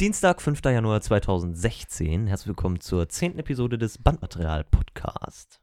Dienstag, 5. Januar 2016. Herzlich willkommen zur 10. Episode des Bandmaterial Podcast.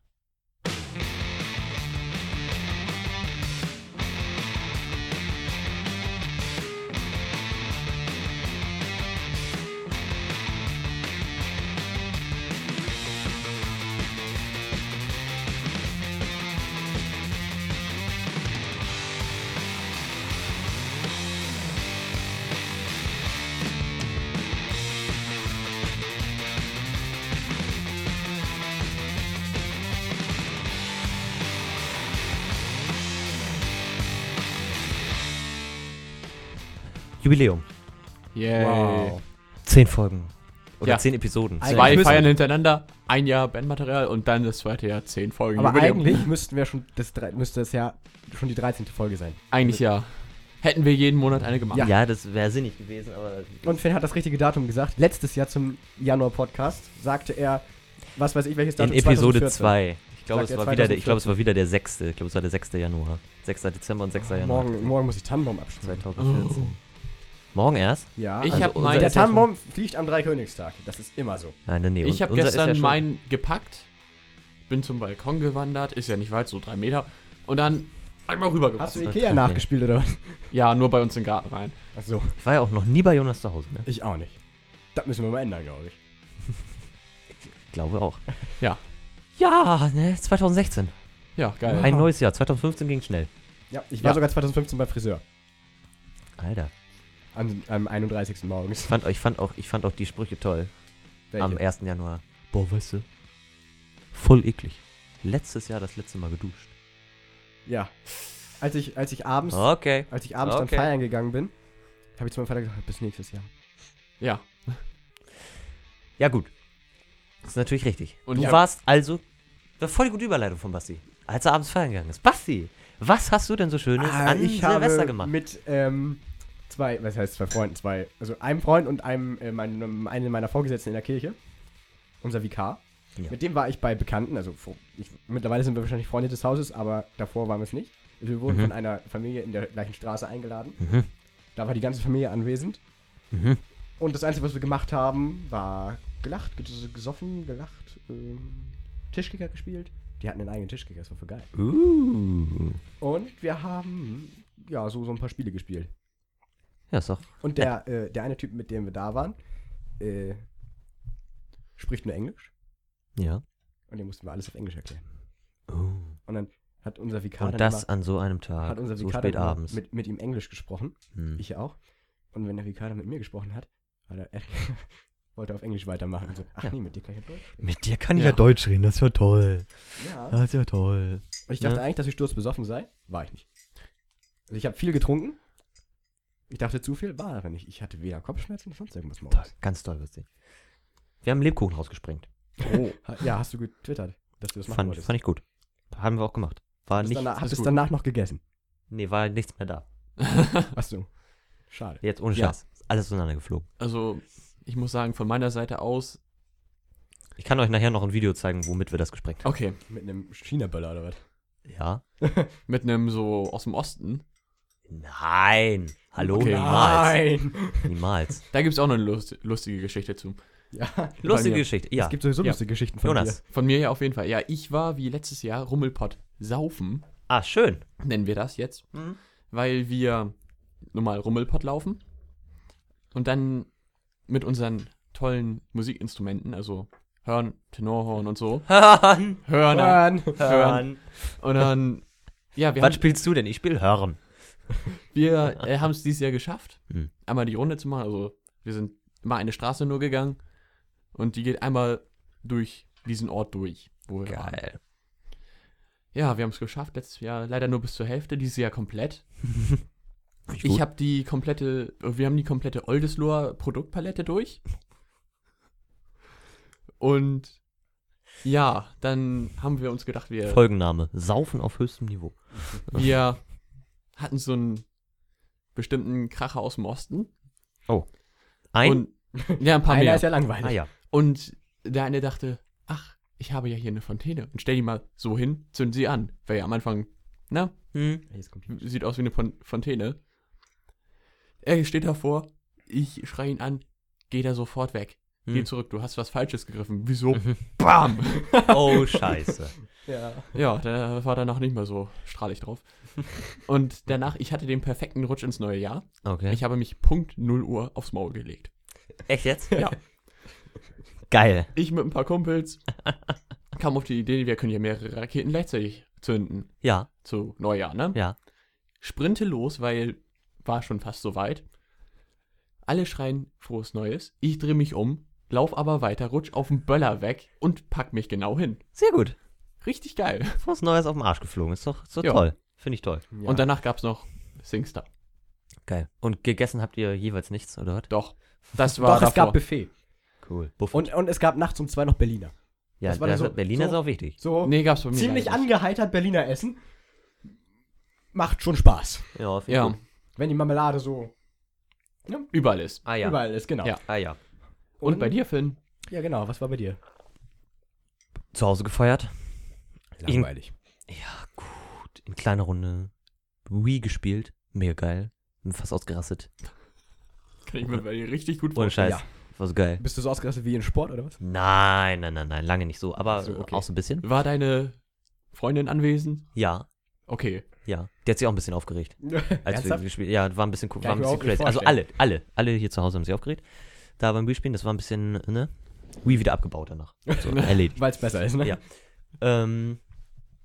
Jubiläum. Yay. Wow. Zehn Folgen. Oder Ja. zehn Episoden. Ein- Zwei Eigentlich müssen- Feiern hintereinander, ein Jahr Bandmaterial und dann das zweite Jahr zehn Folgen. Aber Jubiläum. eigentlich müssten wir schon das, drei- müsste das ja schon die 13. Folge sein. Eigentlich ja. Hätten wir jeden Monat eine gemacht. Ja, das wäre sinnig gewesen, aber. Und Finn hat das richtige Datum gesagt. Letztes Jahr zum Januar-Podcast sagte er, was weiß ich, welches in Datum Episode 2014. 2. Ich glaube, Sagt es er war wieder der, ich 2014. glaube, es war wieder der 6. Ich glaube, es war der 6. Januar. 6. Dezember und 6. Januar. Morgen, morgen muss ich Tannenbaum abschneiden. 2014. Morgen erst? Ja, Oh. Ich also hab unser mein- der ist ja schon- Tannenbaum fliegt am Dreikönigstag. Das ist immer so. Nein, nee, nee. ich habe unser ist gestern ja schon- meinen gepackt, bin zum Balkon gewandert, ist ja nicht weit, so drei Meter. Und dann einmal Hast rübergepasst. du ist Ikea okay. nachgespielt oder was? Ja, nur bei uns im Garten rein. Achso, Ich war ja auch noch nie bei Jonas zu Hause, ne? ich auch nicht. Das müssen wir mal ändern, glaube ich. Ich glaube auch. Ja. Ja, ne? 2016. Ja, geil. Ein neues Jahr. 2015 ging schnell. Ja, ich war Ja. sogar 2015 beim Friseur. Alter. An, am 31. Morgens. Ich fand, ich, fand auch, ich fand auch die Sprüche toll. Am 1. Januar. Boah, weißt du? Voll eklig. Letztes Jahr das letzte Mal geduscht. Ja. Als ich, als ich abends Okay. Als ich abends Okay. dann feiern gegangen bin, habe ich zu meinem Vater gesagt, bis nächstes Jahr. Ja. Ja, gut. Das ist natürlich richtig. Und du ja- warst also. Das war voll die gute Überleitung von Basti. Als er abends feiern gegangen ist. Basti, was hast du denn so Schönes Ah, an Silvester gemacht? mit ähm, zwei, was heißt zwei Freunden, zwei, also einem Freund und einem, äh, meinem, einem meiner Vorgesetzten in der Kirche, unser Vikar. Ja. Mit dem war ich bei Bekannten, also vor- ich, mittlerweile sind wir wahrscheinlich Freunde des Hauses, aber davor waren wir es nicht. Wir wurden Mhm. von einer Familie in der gleichen Straße eingeladen. Mhm. Da war die ganze Familie anwesend. Mhm. Und das Einzige, was wir gemacht haben, war gelacht, ges- gesoffen, gelacht, ähm, Tischkicker gespielt. Die hatten einen eigenen Tischkicker, das war voll geil. Uh. Und wir haben, ja, so, so ein paar Spiele gespielt. Ja, ist doch. Und der, äh, der eine Typ, mit dem wir da waren, äh, spricht nur Englisch. Ja. Und dem mussten wir alles auf Englisch erklären. Uh. Und dann hat unser Vikar Und dann das immer- an so einem hat Tag. unser so Vikar spät dann immer abends. Mit, mit ihm Englisch gesprochen. Hm. Ich ja auch. Und wenn der Vikar dann mit mir gesprochen hat, hat er, wollte er auf Englisch weitermachen. Und so, ach Ja. nee, mit dir kann ich ja Deutsch. Mit dir kann ich ja Deutsch reden, das ist ja toll. Ja. Das ist ja toll. Und ich dachte Ja. eigentlich, dass ich sturzbesoffen sei. War ich nicht. Also ich habe viel getrunken. Ich dachte zu viel, war aber nicht. Ich hatte weder Kopfschmerzen noch sonst irgendwas Toll, morgens. ganz toll, Basti. Wir haben einen Lebkuchen rausgesprengt. Oh. Ja, hast du getwittert, dass du das machen Fand, wolltest. fand ich gut. Haben wir auch gemacht. War Hast nicht, danach, ist hast es gut. danach noch gegessen. nee, war nichts mehr da. Achso. Schade. Jetzt ohne Ja. Scheiß. Ist Alles auseinandergeflogen. also, ich muss sagen, von meiner Seite aus. Ich kann euch nachher noch ein Video zeigen, womit wir das gesprengt haben. Okay. Mit einem China-Böller oder was? Ja. Mit einem so aus dem Osten. Nein. Hallo, Okay. niemals. Nein! Niemals. Da gibt es auch noch eine lust lustige Geschichte zu. Ja, Lustige mir. Geschichte. Ja. es gibt sowieso Ja. lustige Geschichten von Jonas. Von mir ja auf jeden Fall. Ja, ich war wie letztes Jahr Rummelpott saufen, Ah, schön. nennen wir das jetzt, Mhm. weil wir normal Rummelpott laufen und dann mit unseren tollen Musikinstrumenten, also Hörn, Tenorhorn und so, Hören. Hörner dir. Mann. Hören. und dann, ja, wir Was haben spielst du denn? Ich spiele Hören. wir, äh, es dieses Jahr geschafft, Mhm. einmal die Runde zu machen, also wir sind immer eine Straße nur gegangen und die geht einmal durch diesen Ort durch, wo wir waren. Ja, wir haben es geschafft. Letztes Jahr leider nur bis zur Hälfte, dieses Jahr komplett. Ich habe die komplette, äh, wir haben die komplette Oldesloer Produktpalette durch. Und ja, dann haben wir uns gedacht, wir, Genau. Folgenname. Saufen auf höchstem Niveau. wir hatten so einen bestimmten Kracher aus dem Osten. Ein. Und, ja, ein paar Einer mehr. ist ja langweilig. ah ja. Und der eine dachte, ach, ich habe ja hier eine Fontäne. Und stell die mal so hin, zünd sie an. Weil ja am Anfang, ne? na, Hm. Jetzt kommt die- sieht aus wie eine Fon- Fontäne. Er steht davor, ich schreie ihn an, geh da sofort weg. Geh Hm. zurück, du hast was Falsches gegriffen. Wieso? Mhm. Bam! Oh, scheiße. Ja. Ja, da war danach nicht mehr so strahlig drauf. Und danach, ich hatte den perfekten Rutsch ins neue Jahr. Okay. Ich habe mich Punkt 0 Uhr aufs Maul gelegt. Echt jetzt? Ja. Geil. Ich mit ein paar Kumpels kam auf die Idee, wir können hier mehrere Raketen gleichzeitig zünden. Ja, zu Neujahr, ne? Ja. Sprinte los, weil war schon fast soweit. Alle schreien frohes Neues. Ich drehe mich um, lauf aber weiter, rutsch auf den Böller weg und pack mich genau hin. sehr gut. Richtig geil. Frohes Neues auf dem Arsch geflogen. Ist doch, ist doch Ja. toll. Finde ich toll. Und danach gab's noch Singstar. Geil. Und gegessen habt ihr jeweils nichts, oder was? Doch. Das war Doch, es davor. gab Buffet. Cool. Buffet. Und, und es gab nachts um zwei noch Berliner. ja, das war das so- Berliner so- ist auch wichtig. So nee, gab's bei mir ziemlich leider nicht. angeheitert Berliner essen. Macht schon Spaß. Ja, finde ich Ja, gut. Wenn die Marmelade so überall ist. Ah ja. überall ist, genau. Ja. Ah ja. Und, bei dir, Finn? Ja, genau. Was war bei dir? Zu Hause gefeiert. Langweilig. In kleiner Runde. Wii gespielt. Mega geil. Bin fast ausgerastet. Kann ich mir bei dir richtig gut Ohne Scheiß. Ja. War so geil. Bist du so ausgerastet wie in Sport oder was? Nein, nein, nein, nein. Lange nicht so. Aber So, okay. auch so ein bisschen. War deine Freundin anwesend? Ja. Okay. Ja, der hat sich auch ein bisschen aufgeregt, als wir Ernsthaft? gespielt Ja, war ein bisschen, ich war ein mir bisschen überhaupt nicht crazy. Also alle, alle, alle hier zu Hause haben sich aufgeregt. Da beim Wii-Spielen, das war ein bisschen, ne? Wii wieder abgebaut danach. So, erledigt. Weil es besser ist, ne? Ja. Ähm,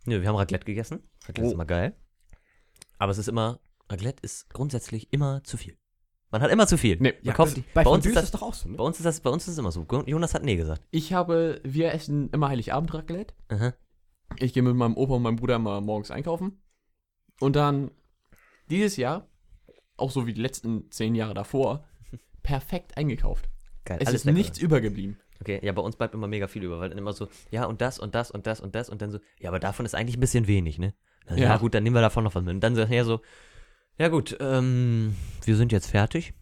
nö, wir haben Raclette gegessen. Raclette ist Oh. immer geil. Aber es ist immer, Raclette ist grundsätzlich immer zu viel. Man hat immer zu viel. Nee, Man Ja, kauft, das, bei, bei, uns Fondue ist das, doch auch so, ne? bei uns ist das, bei uns ist es immer so. Jonas hat nee gesagt. Ich habe, wir essen immer Heiligabend Raclette. Aha. Ich gehe mit meinem Opa und meinem Bruder mal morgens einkaufen. Und dann dieses Jahr, auch so wie die letzten zehn Jahre davor, perfekt eingekauft. Geil. Es ist lecker. nichts übergeblieben. Okay, ja, bei uns bleibt immer mega viel über, weil dann immer so, ja, und das und das und das und das und dann so, ja, aber davon ist eigentlich ein bisschen wenig, ne? Dann, ja. Ja. gut, dann nehmen wir davon noch was mit. Und dann nachher so, ja gut, ähm, wir sind jetzt fertig.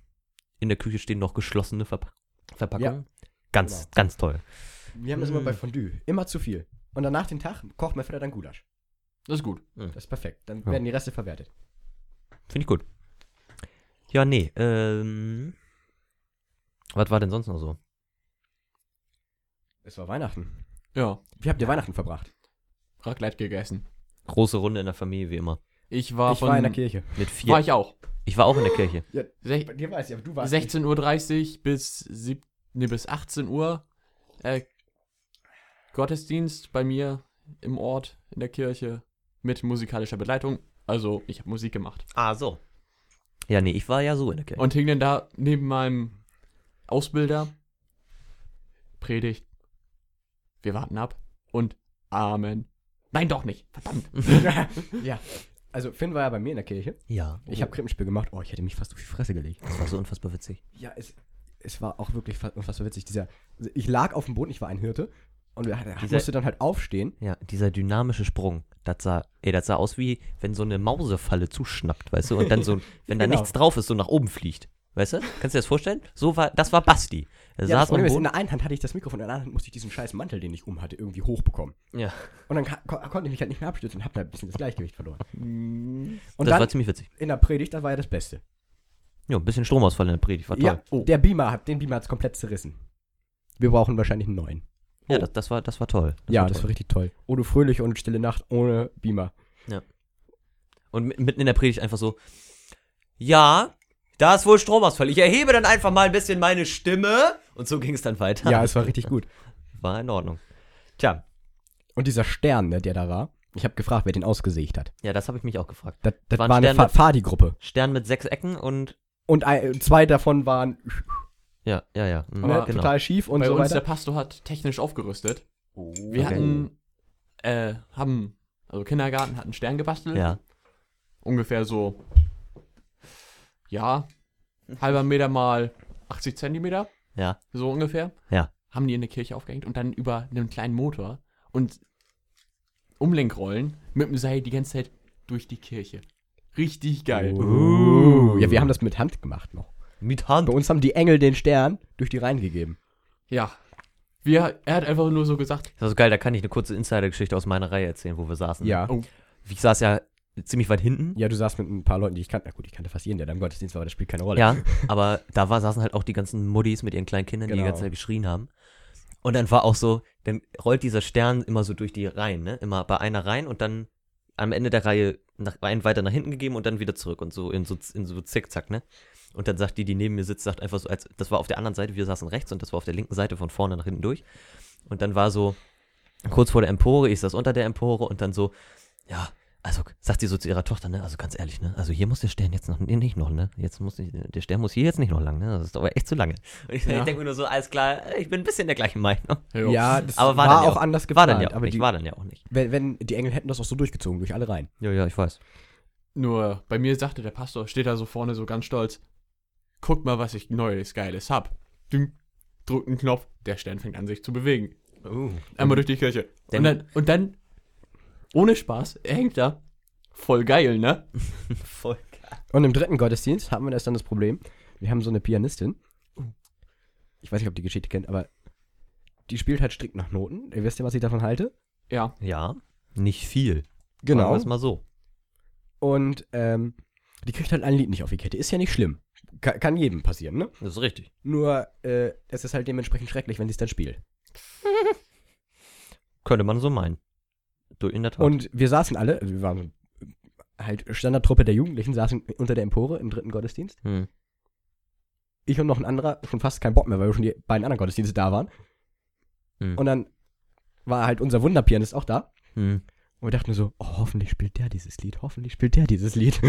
In der Küche stehen noch geschlossene Verpa Verpackungen. ganz, Genau. ganz toll. Wir haben das immer Mm. bei Fondue. Immer zu viel. Und danach den Tag kocht mein Vater dann Gulasch. Das ist gut. Das ist perfekt. Dann Ja. werden die Reste verwertet. Finde ich gut. Ja, nee, ähm, was war denn sonst noch so? Es war Weihnachten. Ja, Wie habt ihr Weihnachten verbracht? Raclette gegessen. Große Runde in der Familie, wie immer. Ich war ich von. war in der Kirche. Mit war vier. ich auch. Ich war auch in der Kirche. Sech- dir weiß ich, aber du 16.30 Uhr bis, sieb- nee, bis 18 Uhr. Äh, Gottesdienst bei mir im Ort, in der Kirche, mit musikalischer Begleitung. Also, ich habe Musik gemacht. Ah, so. Ja, nee, ich war ja so in der Kirche. Und hing dann da neben meinem Ausbilder, Predigt, wir warten ab und Amen. Nein, doch nicht. Verdammt. ja. Also Finn war ja bei mir in der Kirche. ja, Ich habe Krippenspiel gemacht. Oh, ich hätte mich fast durch die Fresse gelegt. Oh, das war so unfassbar witzig. Ja, es, es war auch wirklich fa- unfassbar witzig. Dieser, also ich lag auf dem Boden, ich war ein Hirte. Und wir- ich Dieser- musste dann halt aufstehen. Ja, dieser dynamische Sprung, das sah, ey, das sah aus wie, wenn so eine Mausefalle zuschnappt, weißt du, und dann so, wenn da Genau. nichts drauf ist, so nach oben fliegt. Weißt du? Kannst du dir das vorstellen? So war, das war Basti. Er Ja, das saß am Problem ist, in Boden. der einen Hand hatte ich das Mikrofon, in der anderen Hand musste ich diesen scheiß Mantel, den ich um hatte, irgendwie hochbekommen. Ja, Und dann ka- ko konnte ich mich halt nicht mehr abstützen und habe da ein bisschen das Gleichgewicht verloren. Und Mhm. das dann war ziemlich witzig. in der Predigt, das war ja das Beste. Ja, ein bisschen Stromausfall in der Predigt, war Ah, toll. Oh. Ja, Ja, der Beamer hat, den Beamer hat es komplett zerrissen. Wir brauchen wahrscheinlich einen neuen. das, das, war, das war toll. Oh. ja, war das toll. war richtig toll. Ohne Fröhlich und Stille Nacht, ohne Beamer. Und mi- mitten in der Predigt einfach so, ja, da ist wohl Stromausfall. Ich erhebe dann einfach mal ein bisschen meine Stimme. Und so ging es dann weiter. Ja, es war richtig gut. War in Ordnung. Tja, Und dieser Stern, ne, der da war, ich habe gefragt, wer den ausgesägt hat. ja, das habe ich mich auch gefragt. Das, das War war, ein eine Stern ne? Fa mit- Fadi-Gruppe. Stern mit sechs Ecken und, Und ein, zwei davon waren ja, ja, ja. mhm, ne, Aber total schief und bei so uns der weiter. Pastor hat technisch aufgerüstet. Wir Okay. hatten, äh, haben, also Kindergarten hat einen Stern gebastelt. Ja. Ungefähr so, ja, halber Meter mal 80 Zentimeter. Ja. So ungefähr. Ja. Haben die in der Kirche aufgehängt und dann über einen kleinen Motor und Umlenkrollen mit dem Seil die ganze Zeit durch die Kirche. Richtig geil. Oh. Uh. Ja, wir haben das mit Hand gemacht noch. Mit Hand. Bei uns haben die Engel den Stern durch die Reihen gegeben. Ja. Wir, er hat einfach nur so gesagt, Das war so geil, da kann ich eine kurze Insider-Geschichte aus meiner Reihe erzählen, wo wir saßen. Ja. Oh. Ich saß ja ziemlich weit hinten. Ja, du saßt mit ein paar Leuten, die ich kannte. Na gut, ich kannte fast jeden, der da im Gottesdienst war, aber das spielt keine Rolle. Ja, aber da war, saßen halt auch die ganzen Muddis mit ihren kleinen Kindern, die die Genau. ganze Zeit geschrien haben. Und dann war auch so, dann rollt dieser Stern immer so durch die Reihen, ne? Immer bei einer rein und dann am Ende der Reihe nach, einen weiter nach hinten gegeben und dann wieder zurück und so in so, in so Zickzack, ne? Und dann sagt die, die neben mir sitzt, sagt einfach so, als das war auf der anderen Seite, wir saßen rechts und das war auf der linken Seite von vorne nach hinten durch. Und dann war so, kurz vor der Empore, ich saß unter der Empore und dann so, ja, also sagt sie so zu ihrer Tochter, ne, also ganz ehrlich, ne, also hier muss der Stern jetzt noch, nee, nicht noch, ne, jetzt muss, ich- der Stern muss hier jetzt nicht noch lang, ne, das ist aber echt zu lange. Und ich, Ja. ich denke mir nur so, alles klar, ich bin ein bisschen der gleichen Meinung. Ja, das Aber war, war, dann ja auch anders War geplant. dann ja auch aber nicht, die, war dann ja auch nicht. wenn, wenn die Engel hätten das auch so durchgezogen, durch alle rein. Ja, ja, ich weiß. Nur bei mir sagte der Pastor, steht da so vorne so ganz stolz, guck mal, was ich Neues, Geiles hab. Ding, drückt einen Knopf, der Stern fängt an, sich zu bewegen. Uh. Einmal durch die Kirche. Denn- und, dann, und dann, ohne Spaß, er hängt da. Voll geil, ne? Voll geil. Und im dritten Gottesdienst haben wir das dann das Problem. Wir haben so eine Pianistin. Ich weiß nicht, ob die Geschichte kennt, aber die spielt halt strikt nach Noten. Ihr wisst ja, was ich davon halte. Ja. Ja, nicht viel. Sagen wir Genau. es mal so. Und ähm, die kriegt halt ein Lied nicht auf die Kette. Ist ja nicht schlimm. Kann, kann jedem passieren, ne? Das ist richtig. Nur äh, es ist halt dementsprechend schrecklich, wenn sie es dann spielt. Könnte man so meinen. Du, in der Tat. Und wir saßen alle, also wir waren halt Standardtruppe der Jugendlichen, saßen unter der Empore im dritten Gottesdienst. hm. Ich und noch ein anderer schon fast keinen Bock mehr, weil wir schon die beiden anderen Gottesdienste da waren. Mhm. Und dann war halt unser Wunderpianist auch da. Hm. Und wir dachten nur so, oh, hoffentlich spielt der dieses Lied, hoffentlich spielt der dieses Lied.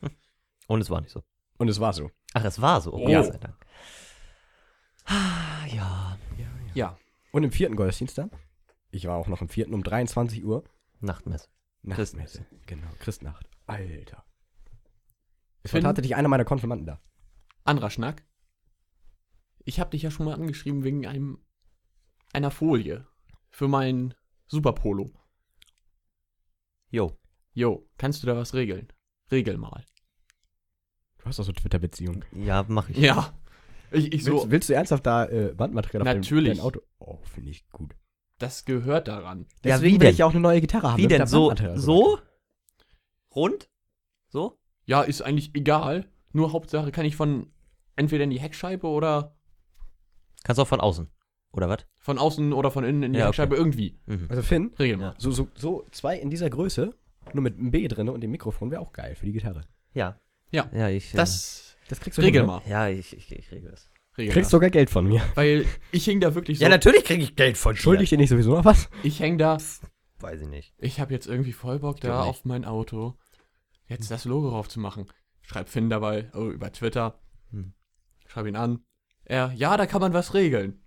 Und es war nicht so. Und es war so. Ach, es war so. Oh, Ja. Gott sei Dank. Ah, ja. Ja. Und im vierten Gottesdienst dann, ich war auch noch im vierten um 23 Uhr, Nachtmesse. Christmesse. Nachtmesse. Genau, Christnacht. Alter. Es war Finn? tatsächlich einer meiner Konfirmanden da. Anderer Schnack. Ich hab dich ja schon mal angeschrieben wegen einem, einer Folie für mein Superpolo. Jo. Jo, kannst du da was regeln? Regel mal. Du hast doch so Twitter-Beziehung. Ja, mach ich. Ja. Ich, ich so, Willst, willst du ernsthaft da äh, Bandmaterial Natürlich. auf dem dein Auto? Oh, finde ich gut. das gehört daran. Ja, wie will denn? ich ja auch eine neue Gitarre haben. Wie damit denn da so? Bandmaterial So? drauf Rund? So? Ja, ist eigentlich egal. Nur Hauptsache kann ich von entweder in die Heckscheibe oder Kannst auch von außen. Oder was? Mhm. von außen oder von innen in die Ja, okay. Heckscheibe irgendwie. ist. Also Finn, Regel mal. Ja. so, so, so zwei in dieser Größe, nur mit einem B drin und dem Mikrofon wäre auch geil für die Gitarre. Ja. Ja. Ja, ich. Das Das kriegst du regel hin, ne? mal. Äh, ja, ich, ich, ich regel das. Regel Kriegst mal. sogar Geld von mir. Weil ich hing da wirklich so. natürlich kriege ich Geld von Schuldig dir nicht sowieso noch was? ich häng da. Weiß ich nicht. Ich habe jetzt irgendwie voll Bock glaub da nicht. Hm. auf mein Auto. Jetzt das Logo drauf zu machen. Schreib Finn dabei oh, über Twitter. Hm. Schreib ihn an. Er, ja, da kann man was regeln.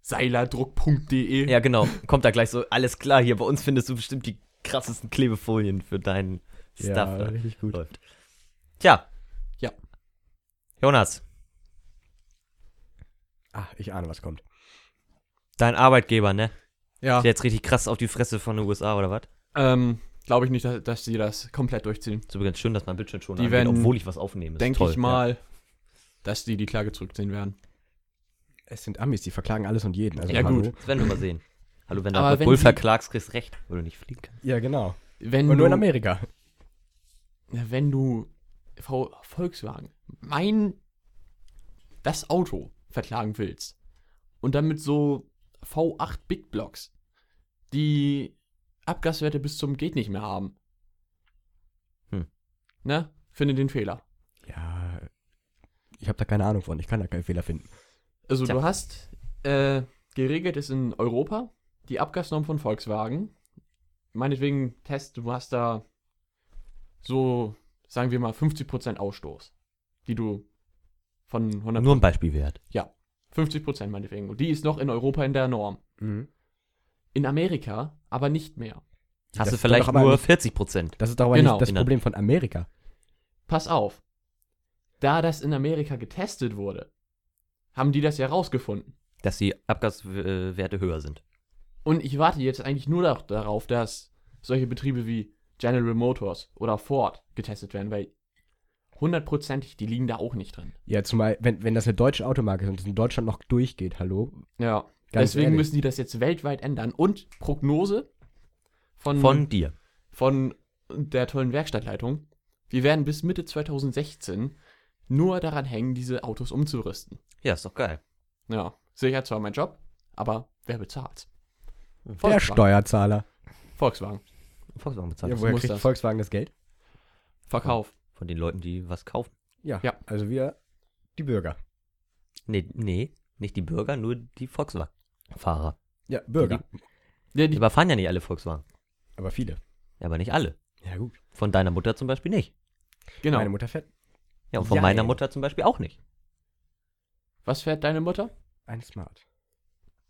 Seilerdruck.de. Ja, genau. Kommt da gleich so, alles klar, hier bei uns findest du bestimmt die krassesten Klebefolien für deinen Stuff. da. richtig gut. Läuft. Tja. Ja. Jonas, Ah, ich ahne, was kommt. dein Arbeitgeber, ne? ja Ist jetzt richtig krass auf die Fresse von den USA oder was? ähm, glaube ich nicht, dass, dass sie das komplett durchziehen. Ist übrigens schön, dass mein Bildschirm schon Die angeht, werden- obwohl ich was aufnehme. Ist Denke toll, ich mal, dass die die Klage zurückziehen werden. Es sind Amis, die verklagen alles und jeden. Also Ja, hallo. gut. Ja. Das werden wir mal sehen. Hallo, wenn du Aber Red wenn Bull die- verklagst, kriegst du recht, weil du nicht fliegen kannst. Ja, genau. Wenn Und nur in du- Amerika. Na, wenn du Vol- Volkswagen, mein, das Auto verklagen willst und dann mit so V8 Big Blocks die Abgaswerte bis zum geht nicht mehr haben. Hm. Ne? Finde den Fehler. Ja, ich habe da keine Ahnung von. Ich kann da keinen Fehler finden. Also Tja. du hast äh, geregelt ist in Europa die Abgasnorm von Volkswagen. Meinetwegen Test, du hast da so, sagen wir mal, 50% Ausstoß, die du von 100 Nur ein Beispiel wert. 50 Prozent meinetwegen. Und die ist noch in Europa in der Norm. Mhm. In Amerika aber nicht mehr. Hast du Das ist doch vielleicht aber nur nicht- 40 Prozent. Das ist doch aber Genau. nicht das Genau. Problem von Amerika. Pass auf. Da das in Amerika getestet wurde, haben die das ja rausgefunden. Dass die Abgaswerte höher sind. Und ich warte jetzt eigentlich nur noch darauf, dass solche Betriebe wie General Motors oder Ford getestet werden, weil hundertprozentig, die liegen da auch nicht drin. Ja, zumal, wenn, wenn das eine deutsche Automarke ist und das in Deutschland noch durchgeht, hallo? Ja. Ganz Deswegen ehrlich. Mhm. müssen die das jetzt weltweit ändern. Und Prognose von, Von dir. von der tollen Werkstattleitung, wir werden bis Mitte 2016 nur daran hängen, diese Autos umzurüsten. Ja, ist doch geil. Ja, sicher zwar mein Job, aber wer bezahlt's? Der Volkswagen. Steuerzahler. Volkswagen. Volkswagen bezahlt. Ja, Das woher muss kriegt das. Volkswagen das Geld? Verkauf. Von den Leuten, die was kaufen. Ja. Also wir, die Bürger. Nee, nee, nicht die Bürger, nur die Volkswagen-Fahrer. Ja, Bürger. Ja, Die die, überfahren ja nicht alle Volkswagen. Aber viele. Ja, aber nicht alle. Ja, gut. Von deiner Mutter zum Beispiel nicht. genau. Meine Mutter fährt Ja, und von Jein. meiner Mutter zum Beispiel auch nicht. Was fährt deine Mutter? ein Smart.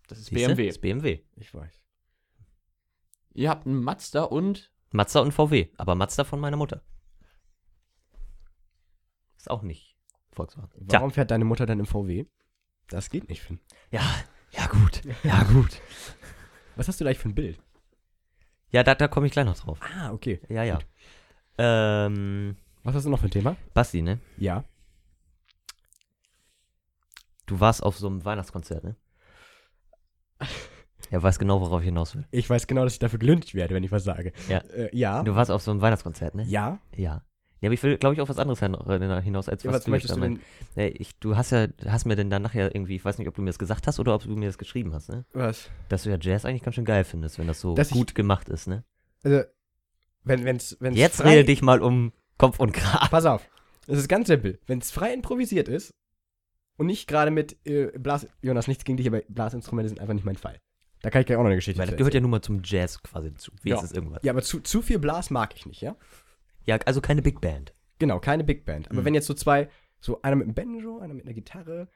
Das ist Siehste? BMW. Das ist BMW. Ich weiß. Ihr habt einen Mazda und Mazda und VW, aber Mazda von meiner Mutter. Ist auch nicht Volkswagen. Warum fährt deine Mutter dann im VW? Das geht nicht, Finn. Ja, gut. Ja, gut. Was hast du da eigentlich für ein Bild? Ja, da, da komme ich gleich noch drauf. Ah, okay. Ja, ja. Ähm, Was hast du noch für ein Thema? Basti, ne? Ja. Du warst auf so einem Weihnachtskonzert, ne? Er weiß genau, worauf ich hinaus will. Ich weiß genau, dass ich dafür gelüncht werde, wenn ich was sage. Ja. Äh, ja. Du warst auf so einem Weihnachtskonzert, ne? Ja. Ja. Ja, aber ich will, glaube ich, auf was anderes hin- hinaus, als was, Was du möchtest möchtest. du Du, denn? nee, ich, du hast ja, hast mir denn dann nachher irgendwie, ich weiß nicht, ob du mir das gesagt hast oder ob du mir das geschrieben hast, ne? Was? Dass du ja Jazz eigentlich ganz schön geil findest, wenn das so Dass ich- gut gemacht ist, ne? Also, wenn, wenn's, wenn's Jetzt frei- rede dich mal um Kopf und Kragen. Pass auf. Es ist ganz simpel. Wenn es frei improvisiert ist und nicht gerade mit äh, Blas... Jonas, nichts gegen dich, aber Blasinstrumente sind einfach nicht mein Fall. Da kann ich gleich auch noch eine Ich Geschichte meine, das zu gehört ja nun mal zum Jazz quasi dazu. Wie Ja. ist es irgendwas? erzählen. Ja, aber zu, zu viel Blas mag ich nicht, ja? Ja, also keine Big Band. Genau, keine Big Band. Aber Mhm. wenn jetzt so zwei, so einer mit einem Banjo, einer mit einer Gitarre,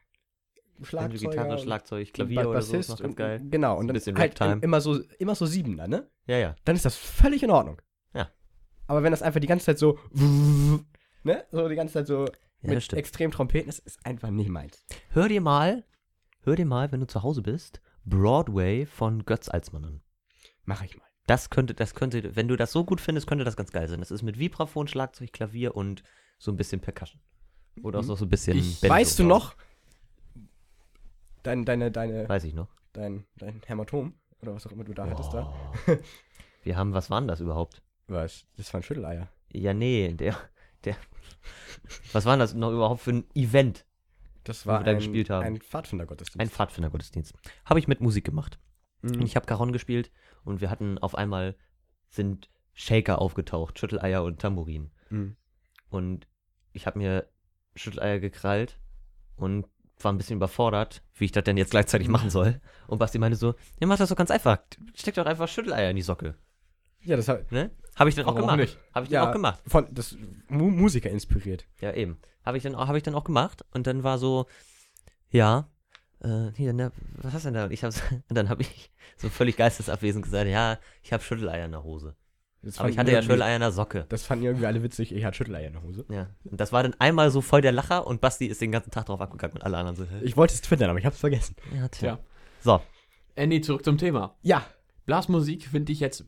Schlagzeuger, Gitarre, und- Schlagzeug, und Klavier Ba- oder so, ist Bassist noch und, ganz geil. Genau, Ein und dann bisschen halt Ragtime. im- immer so immer so Siebener, ne? Ja, ja. Dann ist das völlig in Ordnung. Ja. Aber wenn das einfach die ganze Zeit so ne? So die ganze Zeit so ja das mit stimmt. extrem Trompeten, das ist einfach nicht meins. Hör dir mal, hör dir mal, wenn du zu Hause bist, Broadway von Götz Alsmann an. Mach ich mal. Das könnte, das könnte, wenn du das so gut findest, könnte das ganz geil sein. Das ist mit Vibraphon, Schlagzeug, Klavier und so ein bisschen Percussion. Oder auch noch so ein bisschen. Ich- Banjo Mhm. weißt du drauf. noch dein deine deine Weiß ich noch. dein dein Hämatom oder was auch immer du da hattest da? Oh. Wir haben, was waren das überhaupt? Was? Das waren Schütteleier. Ja, nee, der, der. Was waren das noch überhaupt für ein Event? Das Wo war wir da ein, gespielt haben. ein Pfadfindergottesdienst. Ein Pfadfindergottesdienst. Habe ich mit Musik gemacht. Mhm. Und Ich habe Caron gespielt und wir hatten auf einmal sind Shaker aufgetaucht, Schütteleier und Tambourin. Mhm. Und ich habe mir Schütteleier gekrallt und war ein bisschen überfordert, wie ich das denn jetzt gleichzeitig machen soll. Und Basti meinte so, ja, mach das doch ganz einfach. Steck doch einfach Schütteleier in die Socke. Ja, das hat Ne? Habe ich dann auch Warum gemacht. nicht? Habe ich Ja. dann auch gemacht. von das Mu Musiker inspiriert. Ja, eben. Habe ich, dann auch- hab ich dann auch gemacht. Und dann war so, ja, äh, hier, ne, was hast du denn da? Und, ich hab's, und dann habe ich so völlig geistesabwesend gesagt, ja, ich habe Schütteleier in der Hose. Das Aber fanden ich hatte ja irgendwie- Schütteleier in der Socke. Das fanden irgendwie alle witzig. Ich hatte Schütteleier in der Hose. Ja. Und das war dann einmal so voll der Lacher und Basti ist den ganzen Tag drauf abgegangen und alle anderen so, hä? Ich wollte es twittern, aber ich hab's vergessen. ja, tja. tja. So, Andy, äh, zurück zum Thema. Ja. Blasmusik finde ich jetzt,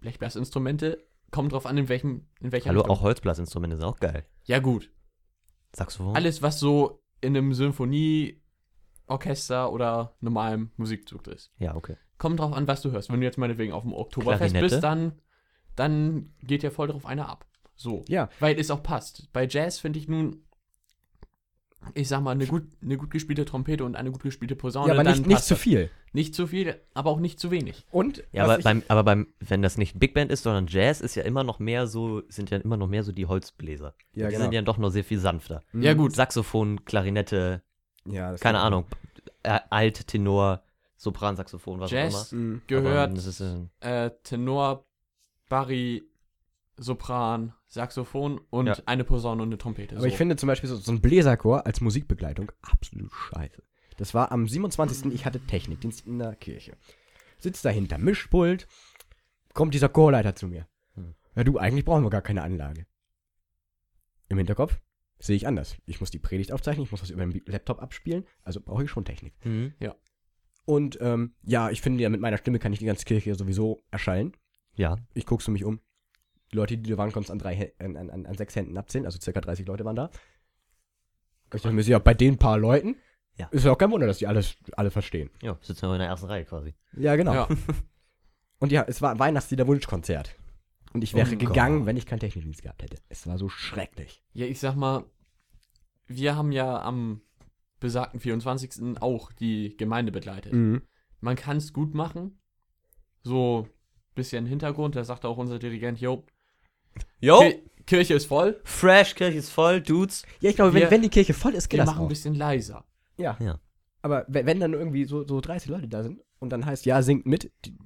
Blechblasinstrumente, kommt drauf an, in, welchem, in welcher hallo, Richtung. auch Holzblasinstrumente sind auch geil. Ja gut, Oh. Saxophon. alles was so in einem Symphonieorchester oder normalem Musikzug ist. Ja, okay. Kommt drauf an, was du hörst. Wenn du jetzt meinetwegen auf dem Oktoberfest Klarinette. bist, dann, dann geht ja voll drauf einer ab. So. Ja. Weil es auch passt. Bei Jazz finde ich nun, ich sag mal, eine gut, eine gut gespielte Trompete und eine gut gespielte Posaune. ja, aber dann nicht, nicht passt zu das. viel. Nicht zu viel, aber auch nicht zu wenig. Und Ja, was aber ich- beim, aber beim, wenn das nicht Big Band ist, sondern Jazz ist ja immer noch mehr so, sind ja immer noch mehr so die Holzbläser. ja, die genau. sind ja doch noch sehr viel sanfter. Mhm. Ja gut, Saxophon, Klarinette, Ja, das- Mhm. keine Ahnung, äh, Alt, Tenor, Sopransaxophon, was Jazz auch Mhm. immer. Aber gehört Das ist, äh, äh, Tenor, Barry, Sopran, Saxophon und Ja. eine Posaune und eine Trompete. Aber so. ich finde zum Beispiel so, so ein Bläserchor als Musikbegleitung absolut scheiße. Das war am 27. Ich hatte Technikdienst in der Kirche. Sitzt dahinter Mischpult, kommt dieser Chorleiter zu mir. Hm. Ja, du, eigentlich brauchen wir gar keine Anlage. Im Hinterkopf sehe ich anders. Ich muss die Predigt aufzeichnen, ich muss das über den Laptop abspielen, also brauche ich schon Technik. Hm. mhm. Und ähm, ja, ich finde ja, mit meiner Stimme kann ich die ganze Kirche sowieso erschallen. ja, Ich guck's um mich um. Die Leute, die da waren, konntest an, drei, Hä- an, an, an- an sechs Händen abzählen, also circa 30 Leute waren da. Ich dachte mir, so, ja, bei den paar Leuten Ja. ist ja auch kein Wunder, dass die alles, alle verstehen. ja, sitzen wir in der ersten Reihe quasi. Ja, genau. Ja. Und ja, es war ein Weihnachtslieder-Wunschkonzert. Und ich wäre Oh gegangen, Gott. wenn ich keinen Technikdienst gehabt hätte. Es war so schrecklich. Ja, ich sag mal, wir haben ja am besagten 24. auch die Gemeinde begleitet. Mhm. Man kann es gut machen. So bisschen Hintergrund, da sagt auch unser Dirigent, jo, Yo, Ki Kirche ist voll, fresh, Kirche ist voll, Dudes. Ja, ich glaube, wenn, Wir- wenn die Kirche voll ist, geht wir das machen ein auch. bisschen leiser. Ja. Ja. Aber wenn, wenn dann irgendwie so, so 30 Leute da sind und dann heißt, ja, singt mit, die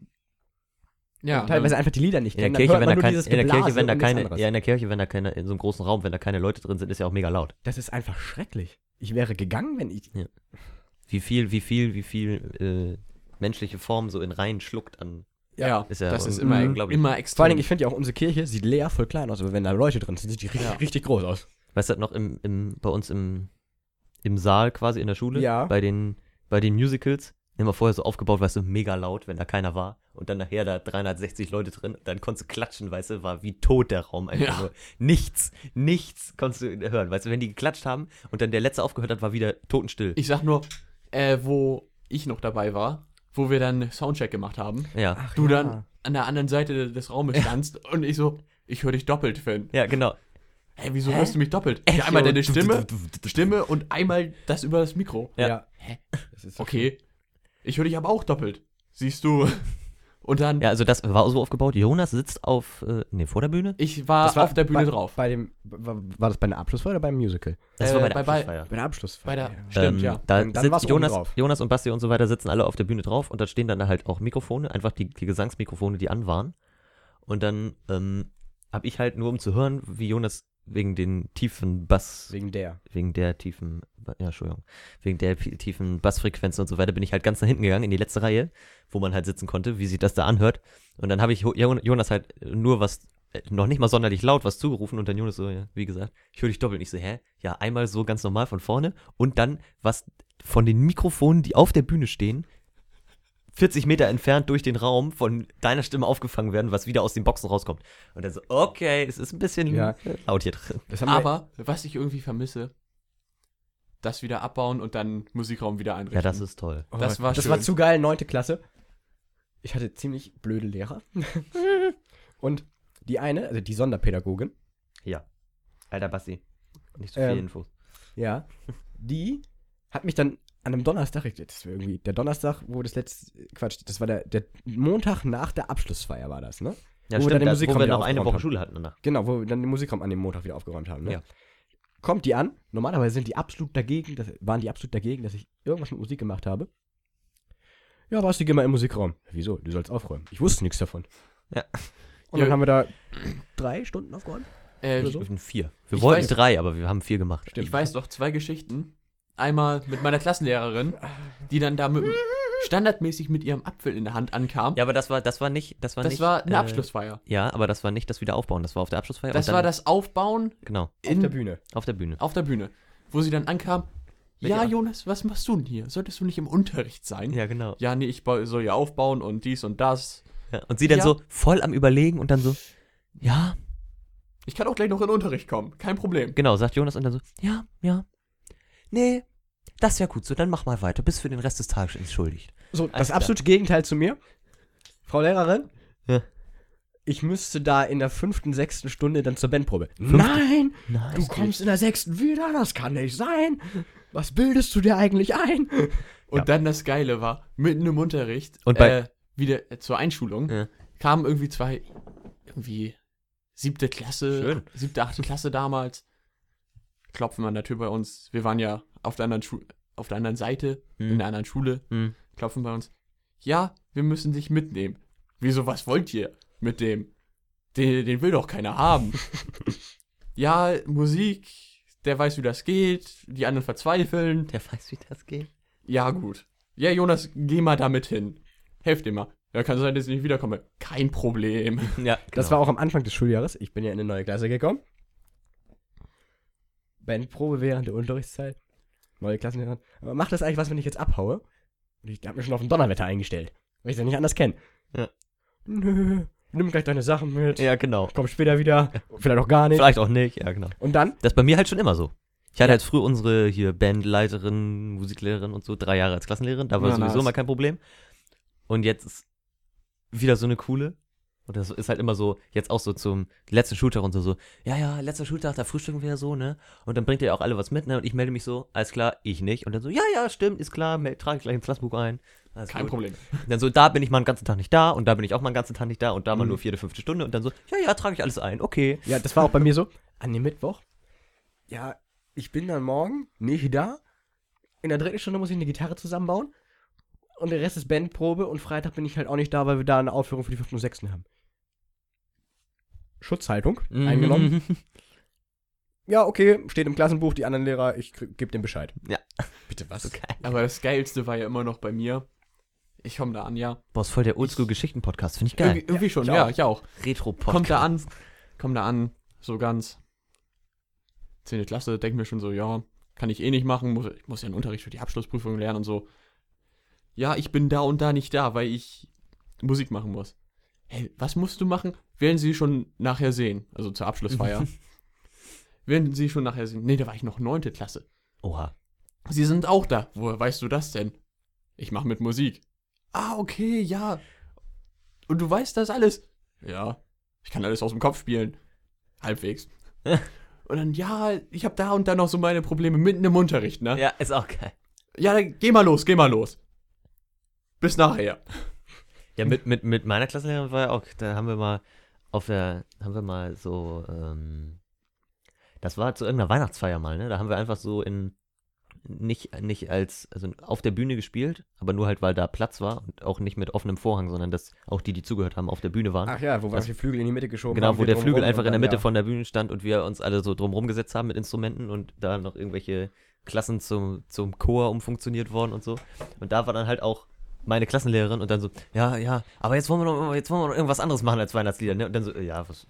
Ja, ne? teilweise dann, einfach die Lieder nicht In der kennen, Kirche, dann wenn hört da man nur kein, dieses in der Kirche, Geblase wenn da und nichts keine, anderes. ja, in der Kirche, wenn da keine, in so einem großen Raum, wenn da keine Leute drin sind, ist ja auch mega laut. Das ist einfach schrecklich. Ich wäre gegangen, wenn ich. Wie viel, wie viel, wie viel äh, menschliche Form so in Reihen schluckt an. ja, Ist ja das ist un- immer, Mhm. unglaublich. immer extrem. Vor allen Dingen, ich finde ja auch unsere Kirche sieht leer voll klein aus, aber wenn da Leute drin sind, sieht die richtig, Ja. richtig groß aus. Weißt du, das noch im, im, bei uns im, im Saal quasi in der Schule, Ja. bei den, bei den Musicals, immer vorher so aufgebaut, weißt du, mega laut, wenn da keiner war. Und dann nachher da 360 Leute drin, dann konntest du klatschen, weißt du, war wie tot der Raum einfach Ja. nur. Nichts, nichts konntest du hören. Weißt du, wenn die geklatscht haben und dann der letzte aufgehört hat, war wieder totenstill. Ich sag nur, äh, wo ich noch dabei war, wo wir dann Soundcheck gemacht haben, ja. du ja. dann an der anderen Seite des Raumes standst und ich so, ich höre dich doppelt, Finn. Ja, genau. Hey, wieso hörst du mich doppelt? Ja, einmal deine Stimme, Stimme und einmal das über das Mikro. Ja. Hä? Das ist Okay, ich höre dich aber auch doppelt. Siehst du? Und dann, Ja, also das war so aufgebaut. Jonas sitzt auf, äh, nee, vor der Bühne. ich war, Das war auf der Bühne bei, drauf. Bei dem, war, war das bei einer Abschlussfeier oder beim Musical? Äh, bei- bei- Abschlussfeier. Bei der Abschlussfeier. Bei der, ja. ähm, stimmt, ja. Da Dann- dann war's sitzt oben Jonas, drauf. Jonas und Basti und so weiter sitzen alle auf der Bühne drauf und da stehen dann halt auch Mikrofone, einfach die, die Gesangsmikrofone, die an waren. Und dann ähm, habe ich halt nur, um zu hören, wie Jonas wegen den tiefen Bass, Wegen der. wegen der tiefen, ja, Entschuldigung, wegen der pi- tiefen Bassfrequenzen und so weiter, bin ich halt ganz nach hinten gegangen, in die letzte Reihe, wo man halt sitzen konnte, wie sich das da anhört. Und dann habe ich Jo- Jo- Jonas halt nur was, äh, noch nicht mal sonderlich laut was zugerufen und dann Jonas so, ja, wie gesagt, ich höre dich doppelt. Und ich so, hä? Ja, einmal so ganz normal von vorne und dann was von den Mikrofonen, die auf der Bühne stehen, 40 Meter entfernt durch den Raum von deiner Stimme aufgefangen werden, was wieder aus den Boxen rauskommt. Und dann so, okay, es ist ein bisschen Ja. äh, laut hier drin. Das Mhm. Aber was ich irgendwie vermisse, das wieder abbauen und dann Musikraum wieder einrichten. Ja, das ist toll. wir, oh, das war Das schön. war zu geil, neunte Klasse. Ich hatte ziemlich blöde Lehrer. und die eine, also die Sonderpädagogin, Ja. Alter Basti. Nicht so Ähm, viel Infos. Ja. Die hat mich dann an einem Donnerstag, ich- das war irgendwie der Donnerstag, wo das letzte, Quatsch, das war der, der Montag nach der Abschlussfeier war das, ne? Ja, wo wir dann den da- Musikraum wo wir wieder noch eine aufgeräumt Woche haben. Schule hatten danach. Genau, wo wir dann den Musikraum an dem Montag wieder aufgeräumt haben, ne? Ja. Kommt die an, normalerweise sind die absolut dagegen, das, waren die absolut dagegen, dass ich irgendwas mit Musik gemacht habe. Ja, was, die geh mal im Musikraum. Wieso? Du sollst aufräumen. Ich wusste nichts davon. Ja. Und Ja. dann haben wir da drei Stunden aufgeräumt. äh, Wir dürfen vier. Wir Ich wollten weiß- drei, aber wir haben vier gemacht. Ich weiß doch zwei Geschichten. Einmal mit meiner Klassenlehrerin, die dann da mit, standardmäßig mit ihrem Apfel in der Hand ankam. Ja, aber das war, das war nicht. Das war, das nicht, war eine äh, Abschlussfeier. Ja, aber das war nicht das Wiederaufbauen. Das war auf der Abschlussfeier. Das und dann- war das Aufbauen Genau, in, Bühne. auf der Bühne. auf der Bühne, wo sie dann ankam. Mit ja, ihr- Jonas, was machst du denn hier? Solltest du nicht im Unterricht sein? Ja, genau. Ja, nee, ich bau- soll ja aufbauen und dies und das. Ja. Und sie dann Ja. so voll am Überlegen und dann so, ja, Ich kann auch gleich noch in den Unterricht kommen, kein Problem. genau, sagt Jonas und dann so, ja, ja. Nee, das wäre gut so, dann mach mal weiter. Bist für den Rest des Tages entschuldigt. So, Alles das klar. absolute Gegenteil zu mir. Frau Lehrerin, Ja. ich müsste da in der fünften, sechsten Stunde dann zur Bandprobe. Fünfte? Nein, Nein. du kommst in der sechsten wieder, das kann nicht sein. Was bildest du dir eigentlich ein? Und Ja. dann das Geile war, mitten im Unterricht, Und bei- äh, wieder äh, zur Einschulung, Ja. kamen irgendwie zwei, irgendwie siebte Klasse, Schön. siebte, achte Klasse damals, klopfen an der Tür bei uns. Wir waren ja auf der anderen, Schu auf der anderen Seite, in der anderen Schule, Hm. klopfen bei uns. Ja, wir müssen dich mitnehmen. Wieso, was wollt ihr mit dem? Den, den will doch keiner haben. ja, Musik, der weiß, wie das geht, die anderen verzweifeln. Der weiß, wie das geht. Ja, gut. Ja, Jonas, geh mal damit hin. Helft ihm mal. Ja, kann sein, dass ich nicht wiederkomme. Kein Problem. Ja, genau. Das war auch am Anfang des Schuljahres. Ich bin ja in eine neue Klasse gekommen. Bandprobe während der Unterrichtszeit. Neue Klassenlehrerin. Aber macht das eigentlich was, wenn ich jetzt abhaue? Und ich habe mich schon auf ein Donnerwetter eingestellt. Weil ich es ja nicht anders kenne. Ja. Nö, nimm gleich deine Sachen mit. Ja, genau. Komm später wieder. Vielleicht auch gar nicht. Vielleicht auch nicht, ja, genau. Und dann Das ist bei mir halt schon immer so. Ich hatte halt früher unsere hier Bandleiterin, Musiklehrerin und so, drei Jahre als Klassenlehrerin, da war Ja, sowieso nice. mal kein Problem. Und jetzt ist wieder so eine coole. Und das ist halt immer so, jetzt auch so zum letzten Schultag und so, so, ja, ja, letzter Schultag, da frühstücken wir ja so, ne? Und dann bringt ihr ja auch alle was mit, ne? Und ich melde mich so, alles klar, ich nicht. Und dann so, ja, ja, stimmt, ist klar, mel- trage ich gleich ins Klassbuch ein. Alles Kein gut. Problem. Mhm. Und dann so, da bin ich mal einen ganzen Tag nicht da und da bin ich auch mal einen ganzen Tag nicht da und da mal nur vierte, fünfte Stunde und dann so, ja, ja, trage ich alles ein, okay. Ja, das war auch bei mir so. An dem Mittwoch. Ja, ich bin dann morgen nicht da. In der dritten Stunde muss ich eine Gitarre zusammenbauen. Und der Rest ist Bandprobe. Und Freitag bin ich halt auch nicht da, weil wir da eine Aufführung für die fünften und sechsten haben. Schutzhaltung Mhm. eingenommen. Ja, okay, steht im Klassenbuch, die anderen Lehrer, ich krieg- geb dem Bescheid. Bitte was? Okay. Aber das Geilste war ja immer noch bei mir. Ich komme da an, ja. Boah, ist voll der Oldschool-Geschichten-Podcast, finde ich Irgendwie, geil. irgendwie schon, ich ja, auch. ich auch. Retro-Podcast. Kommt da an, kommt da an, so ganz. 10. Klasse, denke mir schon so, ja, kann ich eh nicht machen, muss, ich muss ja einen Unterricht für die Abschlussprüfung lernen und so. Ja, ich bin da und da nicht da, weil ich Musik machen muss. Hey, was musst du machen? Werden sie schon nachher sehen, also zur Abschlussfeier. Werden sie schon nachher sehen. Nee, da war ich noch 9. Klasse. Oha. Sie sind auch da. Woher weißt du das denn? Ich mache mit Musik. Ah, okay, ja. Und du weißt das alles? Ja. Ich kann alles aus dem Kopf spielen. Halbwegs. und dann, ja, ich habe da und da noch so meine Probleme mitten im Unterricht, ne? Ja, ist auch geil. Ja, dann geh mal los, geh mal los. Bis nachher. Ja, mit, mit, mit meiner Klassenlehrerin war ja auch, da haben wir mal auf der, haben wir mal so, ähm, das war zu irgendeiner Weihnachtsfeier mal, ne? Da haben wir einfach so in, nicht, nicht als, also auf der Bühne gespielt, aber nur halt, weil da Platz war und auch nicht mit offenem Vorhang, sondern dass auch die, die zugehört haben, auf der Bühne waren. Ach ja, wo wir die Flügel in die Mitte geschoben Genau, haben, wo wir der drum Flügel rum einfach und in der dann, Mitte ja. von der Bühne stand und wir uns alle so drumherum gesetzt haben mit Instrumenten und da noch irgendwelche Klassen zum, zum Chor umfunktioniert worden und so. Und da war dann halt auch meine Klassenlehrerin und dann so, ja, ja, aber jetzt wollen wir noch, jetzt wollen wir noch irgendwas anderes machen als Weihnachtslieder, ne? Und dann so, ja, was,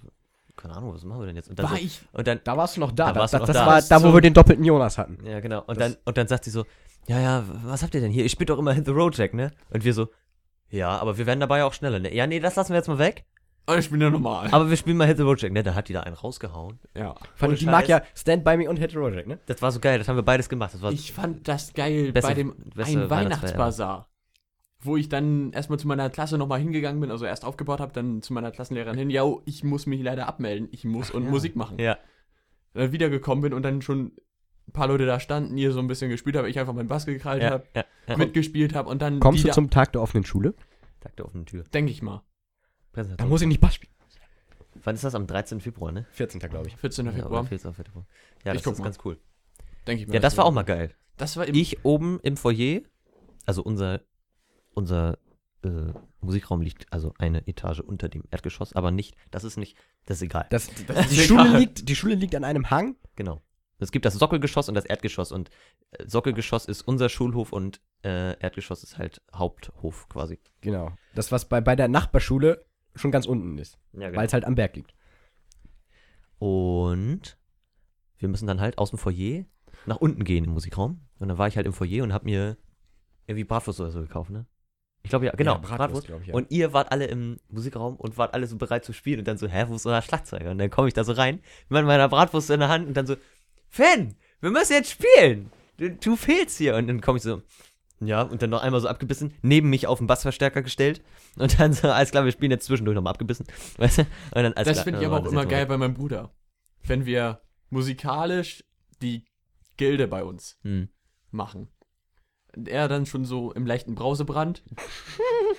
keine Ahnung, was machen wir denn jetzt? Und dann, War so, ich- und dann Da warst du noch da. Da das warst du das, noch das da. war Das ist da, wo so- wir den doppelten Jonas hatten. ja, genau. Und Das- dann, und dann sagt sie so, ja, ja, was habt ihr denn hier? Ich spiele doch immer The Road Jack, ne? Und wir so, ja, aber wir werden dabei auch schneller, ne? Ja, nee, das lassen wir jetzt mal weg. Aber Oh, ich bin ja normal. Aber wir spielen mal Hit the Road Jack, ne? Da hat die da einen rausgehauen. Ja. Fand Ohne ich, die mag Scheiß. ja Stand By Me und Head Roger, ne? Das war so geil, das haben wir beides gemacht. Das war Ich fand das geil Beste- bei dem beste ein Weihnachtsfeier. Weihnachtsbazar. Wo ich dann erstmal zu meiner Klasse nochmal hingegangen bin, also erst aufgebaut habe, dann zu meiner Klassenlehrerin hin, ja, oh, ich muss mich leider abmelden, ich muss und ja. Musik machen. Ja. Dann wiedergekommen bin und dann schon ein paar Leute da standen, ihr so ein bisschen gespielt habe, ich einfach meinen Bass gekrallt ja, habe, ja, ja. mitgespielt habe und dann Kommst die du zum Tag der offenen Schule? Tag der offenen Tür. da, denke ich mal, Da muss ich nicht Bass spielen. Wann ist das? Am 13. Februar, ne? 14. glaube ich. 14. Ja, Februar, oder 14. Februar. ja Ich das guck ist mal. ganz cool. denke ich mal. Ja, das war auch mal geil. Das war im, Ich oben im Foyer, also unser, unser äh, Musikraum liegt also eine Etage unter dem Erdgeschoss, aber nicht, das ist nicht, das ist egal. Das, Das die, ist Schule egal. liegt, die Schule liegt an einem Hang. Genau. Es gibt das Sockelgeschoss und das Erdgeschoss und äh, Sockelgeschoss ist unser Schulhof und äh, Erdgeschoss ist halt Haupthof quasi. Genau. Das, was bei, bei der Nachbarschule schon ganz unten ist, Ja, genau. weil es halt am Berg liegt. Und wir müssen dann halt aus dem Foyer nach unten gehen im Musikraum. Und dann war ich halt im Foyer und hab mir irgendwie Bratwurst oder so gekauft, ne? Ich glaube ja, genau, Ja, Bratwurst. glaub ich, ja. Und ihr wart alle im Musikraum und wart alle so bereit zu spielen und dann so, hä, wo ist unser Schlagzeuger? Und dann komme ich da so rein, mit meiner Bratwurst in der Hand und dann so, Fan, wir müssen jetzt spielen. Du, du fehlst hier. Und dann komme ich so, ja, und dann noch einmal so abgebissen, neben mich auf den Bassverstärker gestellt und dann so, alles klar, wir spielen jetzt zwischendurch nochmal abgebissen. Weißt du? Und dann, alles das klar, finde dann ich aber war auch das immer jetzt geil bei meinem Bruder. Wenn wir musikalisch die Gilde bei uns Hm. machen. Und er dann schon so im leichten Brausebrand.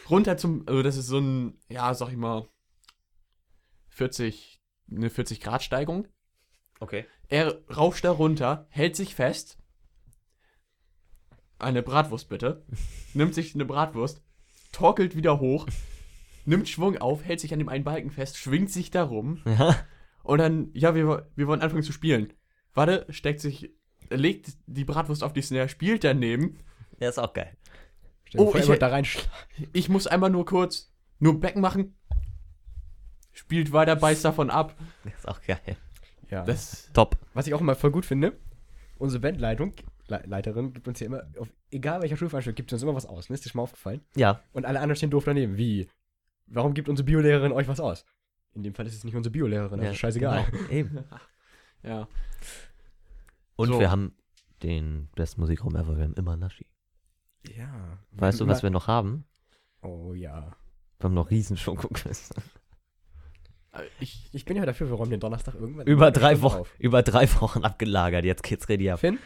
runter zum, also das ist so ein, ja, sag ich mal, 40, eine 40 Grad Steigung. Okay. Er rauscht da runter, hält sich fest. Eine Bratwurst bitte. Nimmt sich eine Bratwurst, torkelt wieder hoch, nimmt Schwung auf, hält sich an dem einen Balken fest, schwingt sich da rum. Ja. Und dann, ja, wir, wir wollen anfangen zu spielen. Warte, steckt sich, legt die Bratwurst auf die Snare, spielt daneben. Ja, ist auch geil. Stell dir oh, vor, ich- er wird da reinschlagen. Ich muss einmal nur kurz nur Becken machen. Spielt weiter, beißt davon ab. Ist auch geil. Ja. Das, Top. was ich auch immer voll gut finde, unsere Bandleitung, Le Leiterin, gibt uns ja immer, auf, egal welcher Schulveranstaltung, gibt sie uns immer was aus. Ne? Ist dir schon mal aufgefallen? Ja. Und alle anderen stehen doof daneben. Wie? Warum gibt unsere Biolehrerin euch was aus? In dem Fall ist es nicht unsere Biolehrerin, also ja, scheißegal. genau, Eben. ja. Und So. wir haben den besten Musikraum ever. Wir haben immer Naschi. Ja. Weißt genau. du, was wir noch haben? Oh ja. Wir haben noch riesen Schokoküsse. Äh, Ich, Ich bin ja dafür, wir räumen den Donnerstag irgendwann. Über drei, irgendwann Wochen, auf. über drei Wochen abgelagert. Jetzt geht's ready ab. Finn?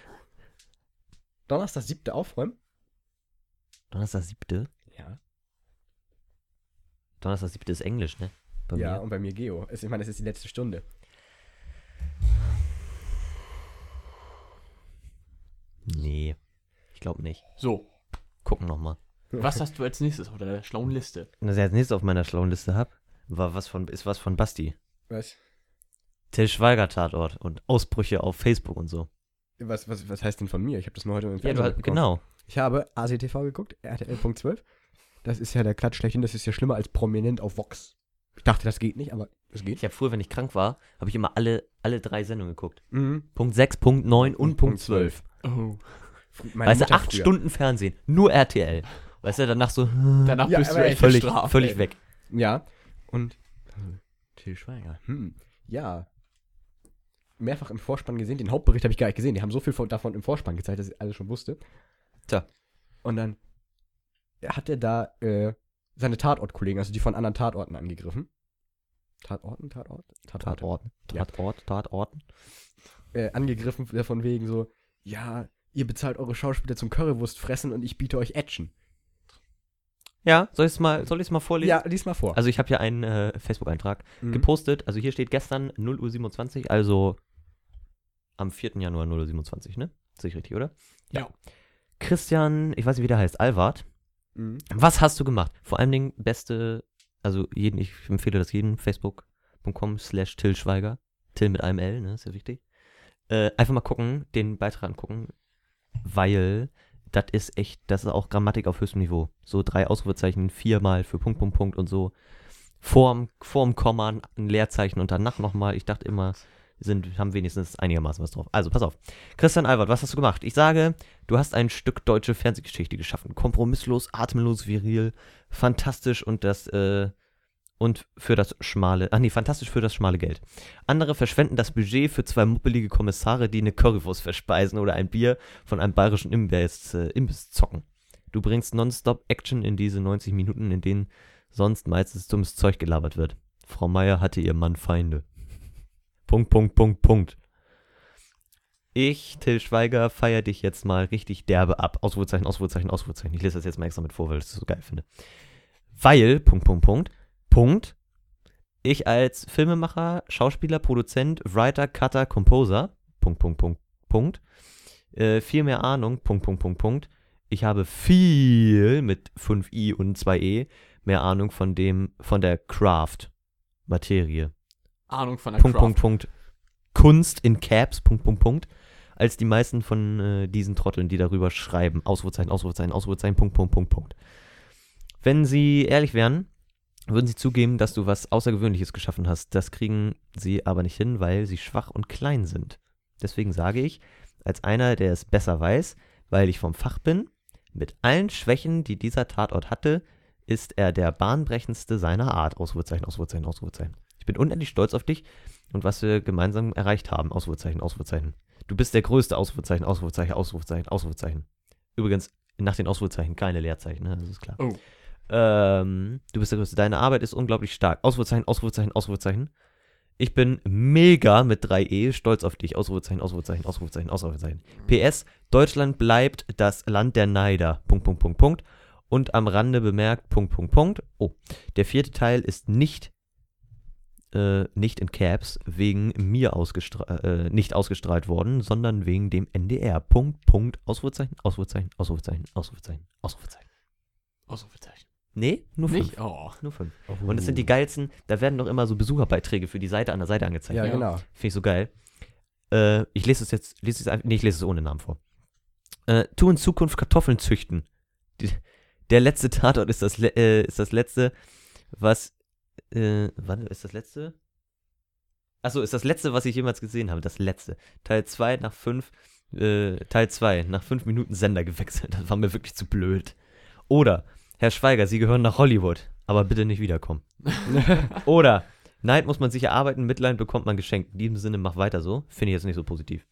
Donnerstag, siebte aufräumen? Donnerstag siebte? Ja. Donnerstag siebte ist Englisch, ne? Bei ja, mir. und bei mir Geo. Es- Ich meine, es ist die letzte Stunde. Nee. Ich glaube nicht. so, Gucken nochmal. was hast du als nächstes auf deiner schlauen Liste? Was ich als nächstes auf meiner schlauen Liste habe, war was von, ist was von Basti. Was? Till Schweiger Tatort und Ausbrüche auf Facebook und so. Was, was, was heißt denn von mir? Ich habe das nur heute im Ja, Fernsehen du, mitbekommen. genau. Ich habe ACTV geguckt, RTL.12. Das ist ja der Klatsch schlechthin, das ist ja schlimmer als prominent auf Vox. Ich dachte, das geht nicht, aber es geht. Ich habe früher, wenn ich krank war, habe ich immer alle, alle drei Sendungen geguckt. Mhm. Punkt 6, Punkt 9 und Punkt 12. Oh. Fr- Meine Weißt du, Mutter acht früher. Stunden Fernsehen, nur RTL. Weißt du, danach so Danach Ja, bist du aber echt völlig, bestraft. völlig ey. weg. Ja. Und also, Till Schweiger. Hm. Ja. Mehrfach im Vorspann gesehen. Den Hauptbericht habe ich gar nicht gesehen. Die haben so viel von, davon im Vorspann gezeigt, dass ich alles schon wusste. Tja. Und dann hat er da äh, seine Tatortkollegen, also die von anderen Tatorten angegriffen. Tatorten, Tatort? Tatorte. Tatorten, Ja. Tatort, Tatorten. äh, angegriffen von wegen so, ja, ihr bezahlt eure Schauspieler zum Currywurst fressen und ich biete euch Action. Ja, soll ich es mal, soll ich's mal vorlesen? Ja, lies mal vor. Also ich habe hier einen äh, Facebook-Eintrag Mhm. gepostet. Also hier steht gestern 0.27 Uhr, also am 4. Januar 0.27 Uhr, ne? Sehe ich richtig, oder? Ja. Christian, ich weiß nicht, wie der heißt, Alward. Mhm. Was hast du gemacht? Vor allen Dingen beste, also jeden, ich empfehle das jeden, facebook.com slash Till Schweiger. Till mit einem L, ne? Ist ja wichtig. Äh, einfach mal gucken, den Beitrag angucken, weil das ist echt, das ist auch Grammatik auf höchstem Niveau. So drei Ausrufezeichen, viermal für Punkt, Punkt, Punkt und so. Vorm, vorm Komma ein Leerzeichen und danach nochmal. Ich dachte immer, sind, haben wenigstens einigermaßen was drauf. Also, pass auf. Christian Albert, was hast du gemacht? Ich sage, du hast ein Stück deutsche Fernsehgeschichte geschaffen. Kompromisslos, atemlos, viril, fantastisch und das, äh, und für das schmale, ach nee, fantastisch für das schmale Geld. Andere verschwenden das Budget für zwei muppelige Kommissare, die eine Currywurst verspeisen oder ein Bier von einem bayerischen Imbiss, äh, Imbiss zocken. Du bringst nonstop Action in diese 90 Minuten, in denen sonst meistens dummes Zeug gelabert wird. Frau Meier hatte ihr Mann Feinde. Punkt, Punkt, Punkt, Punkt. Ich, Till Schweiger, feier dich jetzt mal richtig derbe ab. Ausrufezeichen, Ausrufezeichen, Ausrufezeichen. Ich lese das jetzt mal extra mit vor, weil ich das so geil finde. Weil, Punkt, Punkt, Punkt, Punkt, ich als Filmemacher, Schauspieler, Produzent, Writer, Cutter, Composer, Punkt, Punkt, Punkt, Punkt, äh, viel mehr Ahnung, Punkt, Punkt, Punkt, Punkt. Ich habe viel mit 5i und 2e mehr Ahnung von dem, von der Craft, Materie. Ahnung von der Punkt, Craft. Punkt, Punkt. Kunst in Caps, Punkt, Punkt, Punkt. Als die meisten von äh, diesen Trotteln, die darüber schreiben. Ausrufezeichen, Ausrufezeichen, Ausrufezeichen, Punkt, Punkt, Punkt, Punkt. Wenn sie ehrlich wären, würden sie zugeben, dass du was Außergewöhnliches geschaffen hast. Das kriegen sie aber nicht hin, weil sie schwach und klein sind. Deswegen sage ich, als einer, der es besser weiß, weil ich vom Fach bin, mit allen Schwächen, die dieser Tatort hatte, ist er der bahnbrechendste seiner Art. Ausrufezeichen, Ausrufezeichen, Ausrufezeichen. Ich bin unendlich stolz auf dich und was wir gemeinsam erreicht haben. Ausrufezeichen, Ausrufezeichen. Du bist der größte Ausrufezeichen, Ausrufezeichen, Ausrufezeichen, Ausrufezeichen. Übrigens, nach den Ausrufezeichen keine Leerzeichen, ne? das ist klar. Oh. Ähm, du bist der Größte. Deine Arbeit ist unglaublich stark. Ausrufezeichen, Ausrufezeichen, Ausrufezeichen. Ich bin mega mit 3e stolz auf dich. Ausrufezeichen, Ausrufezeichen, Ausrufezeichen, Ausrufezeichen. PS, Deutschland bleibt das Land der Neider. Punkt, Punkt, Punkt, Punkt. Und am Rande bemerkt, Punkt, Punkt, Punkt. Oh, der vierte Teil ist nicht, äh, nicht in Caps wegen mir ausgestra äh, nicht ausgestrahlt worden, sondern wegen dem NDR. Punkt, Punkt, Ausrufezeichen, Ausrufezeichen, Ausrufezeichen, Ausrufezeichen, Ausrufezeichen. Ausrufezeichen. Nee, nur fünf. Nicht? Oh. Nur fünf. Und das sind die geilsten, da werden doch immer so Besucherbeiträge für die Seite an der Seite angezeigt. Ja, Ja. genau. Finde ich so geil. Äh, ich lese es jetzt, lese es einfach, nee, ich lese es ohne Namen vor. Äh, tu in Zukunft Kartoffeln züchten. Die, der letzte Tatort ist das, le äh, ist das letzte, was, äh, warte, ist das letzte? Achso, ist das letzte, was ich jemals gesehen habe. Das letzte. Teil 2 nach 5, äh, Teil 2, nach 5 Minuten Sender gewechselt. Das war mir wirklich zu blöd. Oder, Herr Schweiger, Sie gehören nach Hollywood, aber bitte nicht wiederkommen. Oder, Neid muss man sich erarbeiten, Mitleid bekommt man geschenkt. In diesem Sinne, mach weiter so. Finde ich jetzt nicht so positiv.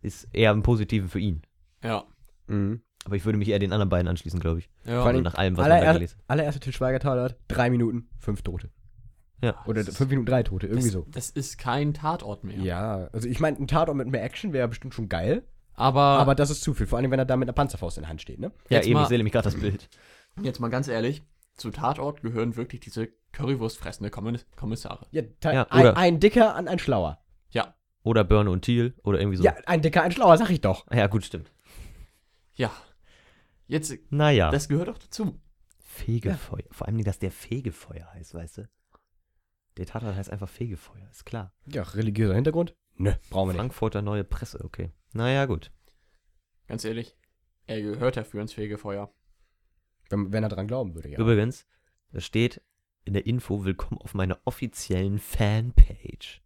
Ist eher im Positiven für ihn. Ja. Mhm. Aber ich würde mich eher den anderen beiden anschließen, glaube ich. ja. Vor allem- Also nach allem, was man da Aller, gelesen allererste Till Schweiger Tatort, drei Minuten, fünf Tote. hat. Ja. Oder Das- 5 Minuten 3 Tote, irgendwie das, so. Das ist kein Tatort mehr. Ja, also ich meine, ein Tatort mit mehr Action wäre bestimmt schon geil, Aber, aber das ist zu viel. Vor allem, wenn er da mit einer Panzerfaust in der Hand steht, ne? Ja, Jetzt eben, mal- ich sehe nämlich gerade das Bild. jetzt mal ganz ehrlich, zu Tatort gehören wirklich diese Currywurstfressende Kommis- Kommissare. Ja, ta- Ja, ein, oder- ein Dicker an ein Schlauer. Oder Börne und Thiel oder irgendwie so. Ja, ein Dicker, ein Schlauer, sag ich doch. Ah ja gut, stimmt. Ja. Jetzt, Naja. das gehört auch dazu. Fegefeuer. Vor allem, dass der Fegefeuer heißt, weißt du? Der Tatort heißt einfach Fegefeuer, ist klar. Ja, religiöser Hintergrund? Nö, brauchen wir nicht. Frankfurter Neue Presse, okay. Naja, gut. Ganz ehrlich, er gehört dafür ins Fegefeuer. Wenn, wenn er dran glauben würde, ja. Übrigens, da steht in der Info, willkommen auf meiner offiziellen Fanpage.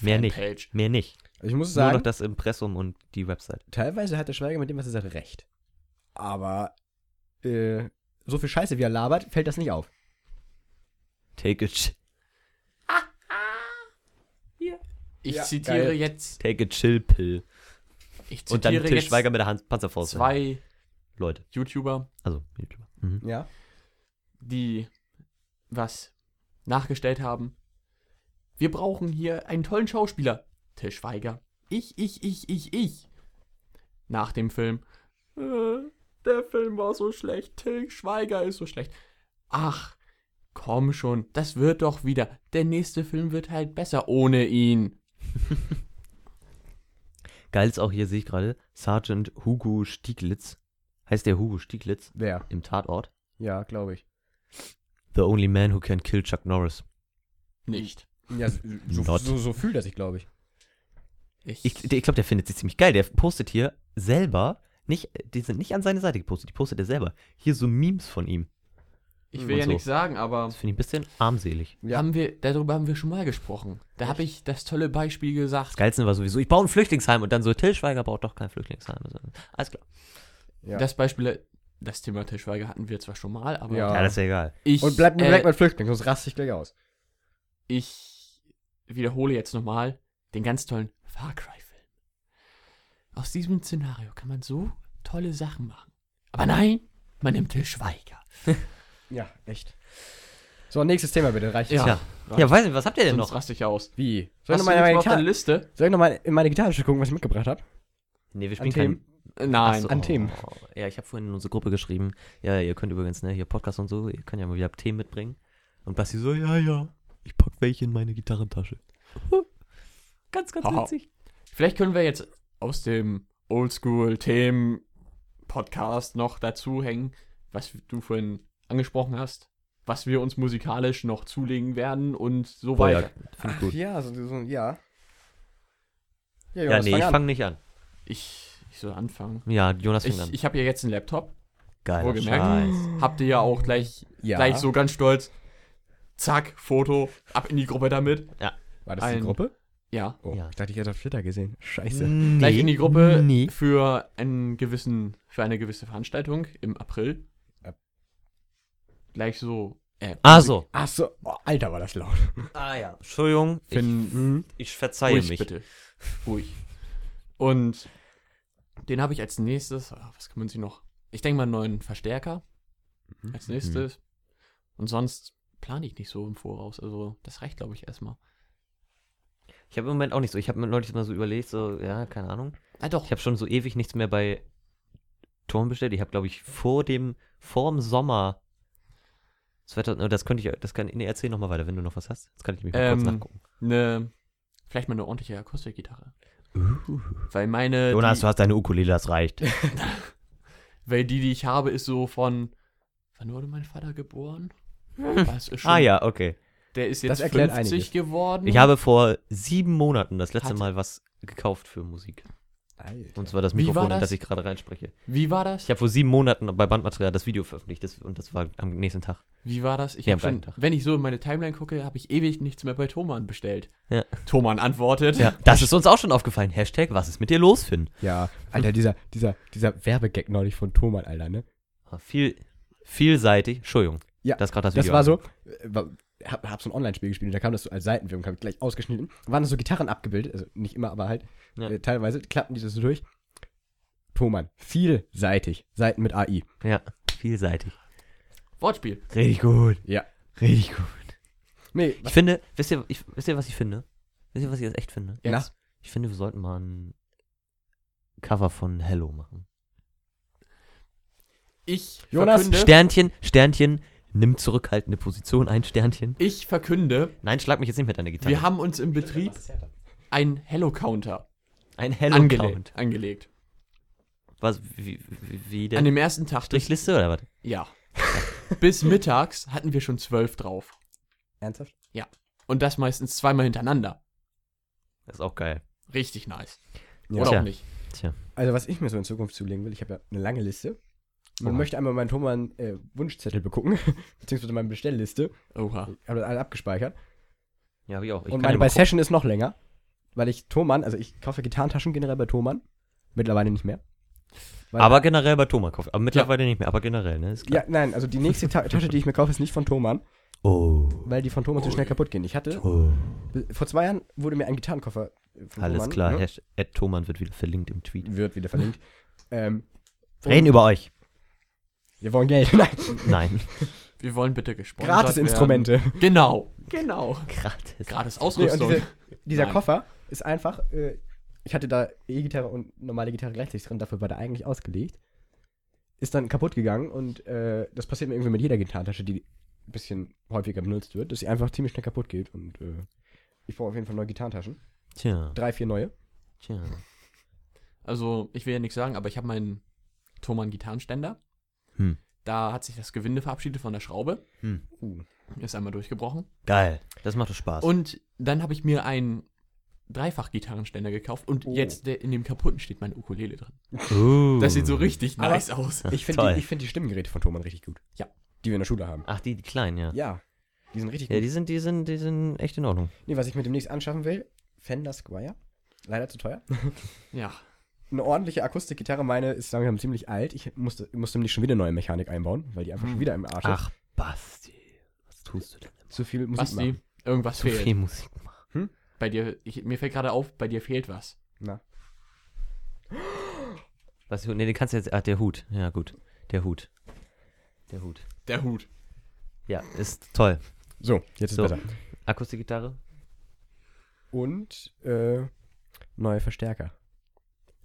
Mehr nicht. Fanpage. Mehr nicht. Also ich muss Nur sagen, noch das Impressum und die Website. teilweise hat der Schweiger mit dem, was er sagt, recht. Aber äh, so viel Scheiße, wie er labert, fällt das nicht auf. Take a, ch- Ich Ja, zitiere geil. jetzt, take a chill pill. ich Und dann zitiere Till jetzt Schweiger mit der Hand Panzerfaust. zwei Leute. YouTuber, Also, YouTuber. Mhm. Ja. die was nachgestellt haben. Wir brauchen hier einen tollen Schauspieler. Till Schweiger. Ich, ich, ich, ich, ich. Nach dem Film. Äh, der Film war so schlecht. Till Schweiger ist so schlecht. Ach, komm schon. Das wird doch wieder. Der nächste Film wird halt besser ohne ihn. Geil ist auch hier, sehe ich gerade, Sergeant Hugo Stieglitz. Heißt der Hugo Stieglitz Wer? im Tatort? Ja, glaube ich. The only man who can kill Chuck Norris. Nicht. Ja, so, so, Not. so, so fühlt er sich, glaube ich. Ich, der- ich glaube, der findet sie ziemlich geil. Der postet hier selber, nicht, die sind nicht an seine Seite gepostet, die postet er selber. Hier so Memes von ihm. Ich will Und ja so. nichts sagen, aber Das finde ich ein bisschen armselig. Ja. haben wir, darüber haben wir schon mal gesprochen. Da habe ich das tolle Beispiel Das gesagt. Geilste war sowieso, ich baue ein Flüchtlingsheim und dann so, Till Schweiger baut doch kein Flüchtlingsheim. Also, Ah. alles klar. Ja. Das Beispiel, das Thema Til Schweiger hatten wir zwar schon mal, aber Ja. Ja, das ist ja egal. ich, Und bleibt mir äh, weg mit Flüchtlingen, sonst raste ich gleich aus. ich wiederhole jetzt nochmal den ganz tollen Far Cry-Film. Aus diesem Szenario kann man so tolle Sachen machen. Aber nein, man nimmt Til Schweiger. Ja, echt. So, nächstes Thema bitte, reicht Ja. Tja. Ja, weiß nicht, was habt ihr denn Sonst noch? raste ich aus. Wie? Soll ich Hast du nochmal jetzt in, mal meine auf deine Gitarre- Liste? soll ich noch mal in meine Gitarre gucken, was ich mitgebracht habe? Nee, wir An spielen kein. Oh. Äh, Nein. Achso, an Themen. Ja, ich habe vorhin in unsere Gruppe geschrieben, ja, ihr könnt übrigens, ne, hier Podcast und so, ihr könnt ja mal wieder Themen mitbringen. Und Basti so, ja, ja, ich pack welche in meine Gitarrentasche. ganz, ganz Haha. witzig. Vielleicht können wir jetzt aus dem Oldschool-Themen-Podcast noch dazu hängen, was du vorhin angesprochen hast, was wir uns musikalisch noch zulegen werden und so Boah, Oh ja, weiter. find ich gut. Ja, so, so ja. Ja, Ja, Jonas, nee, fang ich an. fange nicht an. Ich, ich soll anfangen. Ja, Jonas fängt Ich, an. ich habe ja jetzt einen Laptop, Geil. wohlgemerkt. Habt ihr ja auch gleich, ja. gleich so ganz stolz. Zack, Foto, ab in die Gruppe damit. War ein- Gruppe? Ja. Oh, Ja. ich dachte, ich hätte auf Twitter gesehen. Scheiße. Nee, Gleich in die Gruppe Nee. für einen gewissen, für eine gewisse Veranstaltung im April. Ap- Gleich so. Äh, Ah, so. Ach so, oh, Alter, war das laut. Ah, ja. Entschuldigung, Finn, ich, ich verzeihe ruhig mich. bitte. Ruhig. Und den habe ich als nächstes, ah, was kann man sie noch? Ich denke mal einen neuen Verstärker Mhm. als nächstes. Und sonst plane ich nicht so im Voraus. Also das reicht, glaube ich, erstmal. Ich habe im Moment auch nicht so. Ich habe mir neulich mal so überlegt, so, ja, keine Ahnung. Ah doch, Ich habe schon so ewig nichts mehr bei Turm bestellt. Ich habe, glaube ich, vor dem, vor dem Sommer. Das, Wetter, oh, das könnte ich, das kann, nee, erzähl nochmal weiter, wenn du noch was hast. Jetzt kann ich nämlich mal Ähm, kurz nachgucken. eine, vielleicht mal eine ordentliche Akustikgitarre. Weil meine, Uh. Jonas, die, du hast deine Ukulele, das reicht. weil die, die ich habe, ist so von, wann wurde mein Vater geboren? Das ist schon- ah, ja, okay. Der ist Das jetzt erklärt 50 einiges. geworden. Ich habe vor sieben Monaten das letzte Mhm. Hat- Mal was gekauft für Musik. Alter. Und zwar das Wie war Mikrofon, in das? das ich gerade reinspreche. Wie war das? Ich habe vor sieben Monaten bei Bandmaterial das Video veröffentlicht das, und das war am nächsten Tag. Wie war das? Ich Ja, hab am schon, gleichen Tag. wenn ich so in meine Timeline gucke, habe ich ewig nichts mehr bei Thomann bestellt. Ja. Thomann antwortet. Das ist uns auch schon aufgefallen. Hashtag, was ist mit dir los, Finn? Ja, Alter, dieser, dieser, dieser Werbegag neulich von Thomann, Alter, ne? Ah, Viel, vielseitig. Entschuldigung. Ja, das ist gerade das Das Video. war so, äh, war- hab, hab so ein Online-Spiel gespielt und da kam das so als Seitenwirkung, hab ich gleich ausgeschnitten. Waren das so Gitarren abgebildet, also nicht immer, aber halt Ja. äh, teilweise klappten die das so durch. Thomann, vielseitig, Seiten mit AI. Ja, vielseitig. Wortspiel. Richtig gut. Ja. Richtig gut. Nee, Ich finde, wisst ihr, ich, wisst ihr, was ich finde? Wisst ihr, was ich jetzt echt finde? na, Jetzt. Ich finde, wir sollten mal ein Cover von Hello machen. Ich Jonas, verkünde, Sternchen, Sternchen, nimm zurückhaltende Position, ein Sternchen. ich verkünde, Nein, schlag mich jetzt nicht mit deiner Gitarre. wir haben uns im Betrieb einen Hello-Counter ein Hello Count. angelegt. angelegt. Was, wie, wie, wie An der dem ersten Tag des Strichliste oder was? Ja. Bis mittags hatten wir schon zwölf drauf. Ernsthaft? Und das meistens zweimal hintereinander. Das ist auch geil. Richtig nice. Ja. Oder Tja. auch nicht. Also, was ich mir so in Zukunft zulegen will, ich habe ja eine lange Liste. Man Oha. möchte einmal meinen Thomann äh, Wunschzettel begucken, beziehungsweise meine Bestellliste. Oha. Ich habe das alle abgespeichert. Ja, wie auch. Ich kann Und meine ja bei mal Session ist noch länger, weil ich Thomann, also ich kaufe Gitarrentaschen generell bei Thomann. Mittlerweile nicht mehr. gucken. aber generell bei Tomakow. Aber mittlerweile nicht mehr, aber generell, ne? Ist klar. Ja, nein, also die nächste Ta Tasche, die ich mir kaufe, ist nicht von Thomann, Oh. weil die von Thomann zu schnell kaputt gehen. Ich hatte, oh. vor zwei Jahren wurde mir ein Gitarrenkoffer äh, von Alles Thomann, klar. ne? Hash- Ed Thoman wird wieder verlinkt im Tweet. wird wieder verlinkt. ähm, Reden über euch. wir wollen Geld. Nein, Nein. Wir wollen bitte gesponsert Gratisinstrumente. werden. Genau. Genau. Gratis. Gratis Nee, und Ausrüstung. diese, dieser Nein. Koffer ist einfach, äh, ich hatte da E-Gitarre und normale Gitarre gleichzeitig drin, dafür war der eigentlich ausgelegt. Ist dann kaputt gegangen und äh, das passiert mir irgendwie mit jeder Gitarrentasche, die ein bisschen häufiger benutzt wird, dass sie einfach ziemlich schnell kaputt geht und äh, ich brauche auf jeden Fall neue Gitarrentaschen. Tja, Drei, vier neue. tja. Also, ich will ja nichts sagen, aber ich habe meinen Thomann Gitarrenständer. Hm. Da hat sich das Gewinde verabschiedet von der Schraube. Hm. Uh. Ist einmal durchgebrochen. Geil. Das macht doch Spaß. Und dann habe ich mir einen Dreifach-Gitarrenständer gekauft und Oh. jetzt der, in dem kaputten steht meine Ukulele drin. Uh. Das sieht so richtig Aber- nice aus. Ich finde Toll. die, ich find die Stimmengeräte von Thomann richtig gut. Ja. Die wir in der Schule haben. Ach, die, die kleinen, ja. Ja. Die sind richtig Ja, gut. die sind, die sind, die sind echt in Ordnung. Nee, was ich mir demnächst anschaffen will, Fender Squire. Leider zu teuer. Ja. eine ordentliche Akustikgitarre, meine ist langsam ziemlich alt. Ich musste, musste nämlich schon wieder neue Mechanik einbauen, weil die einfach schon wieder im Arsch ist. Hm. Ach, Basti. Was tust du denn? Zu viel Musik Basti, machen. irgendwas Zu fehlt. viel Musik machen. Bei dir, ich, mir fällt gerade auf, bei dir fehlt was. Na. Was, nee, den kannst du jetzt. Ah, der Hut. Ja, gut. Der Hut. Der Hut. Der Hut. Ja, ist toll. So, jetzt ist So. besser. Akustikgitarre? Und äh, neue Verstärker.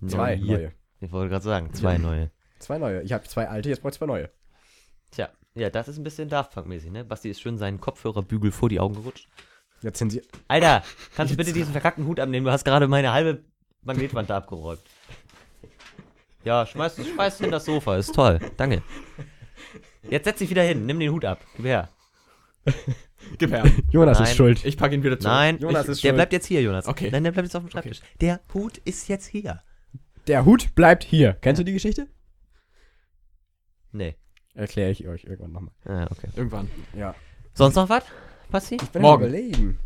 Zwei Neue. neue. Ich wollte gerade sagen, zwei neue. Zwei neue. Ich habe zwei alte, jetzt brauche ich zwei neue. Tja, ja, das ist ein bisschen Daft Punk-mäßig, ne? Basti ist schön seinen Kopfhörerbügel vor die Augen gerutscht. Jetzt sind sie. Alter, kannst du bitte diesen verkackten Hut abnehmen? Du hast gerade meine halbe Magnetwand da abgeräumt. Ja, schmeiß, schmeiß hin das Sofa, ist toll. Danke. Jetzt setz dich wieder hin, nimm den Hut ab. Gib her. Gib her. Jonas Nein. ist schuld. Ich packe ihn wieder zurück. Nein, Jonas ich, ist der schuld. bleibt jetzt hier, Jonas. Okay. Nein, der bleibt jetzt auf dem Schreibtisch. Der Hut ist jetzt hier. Der Hut bleibt hier. Kennst du die Geschichte? Nee. Erkläre ich euch irgendwann nochmal. Ah, okay. Irgendwann. Ja. Sonst noch was, Basti? Ich bin Morgen. am überlegen.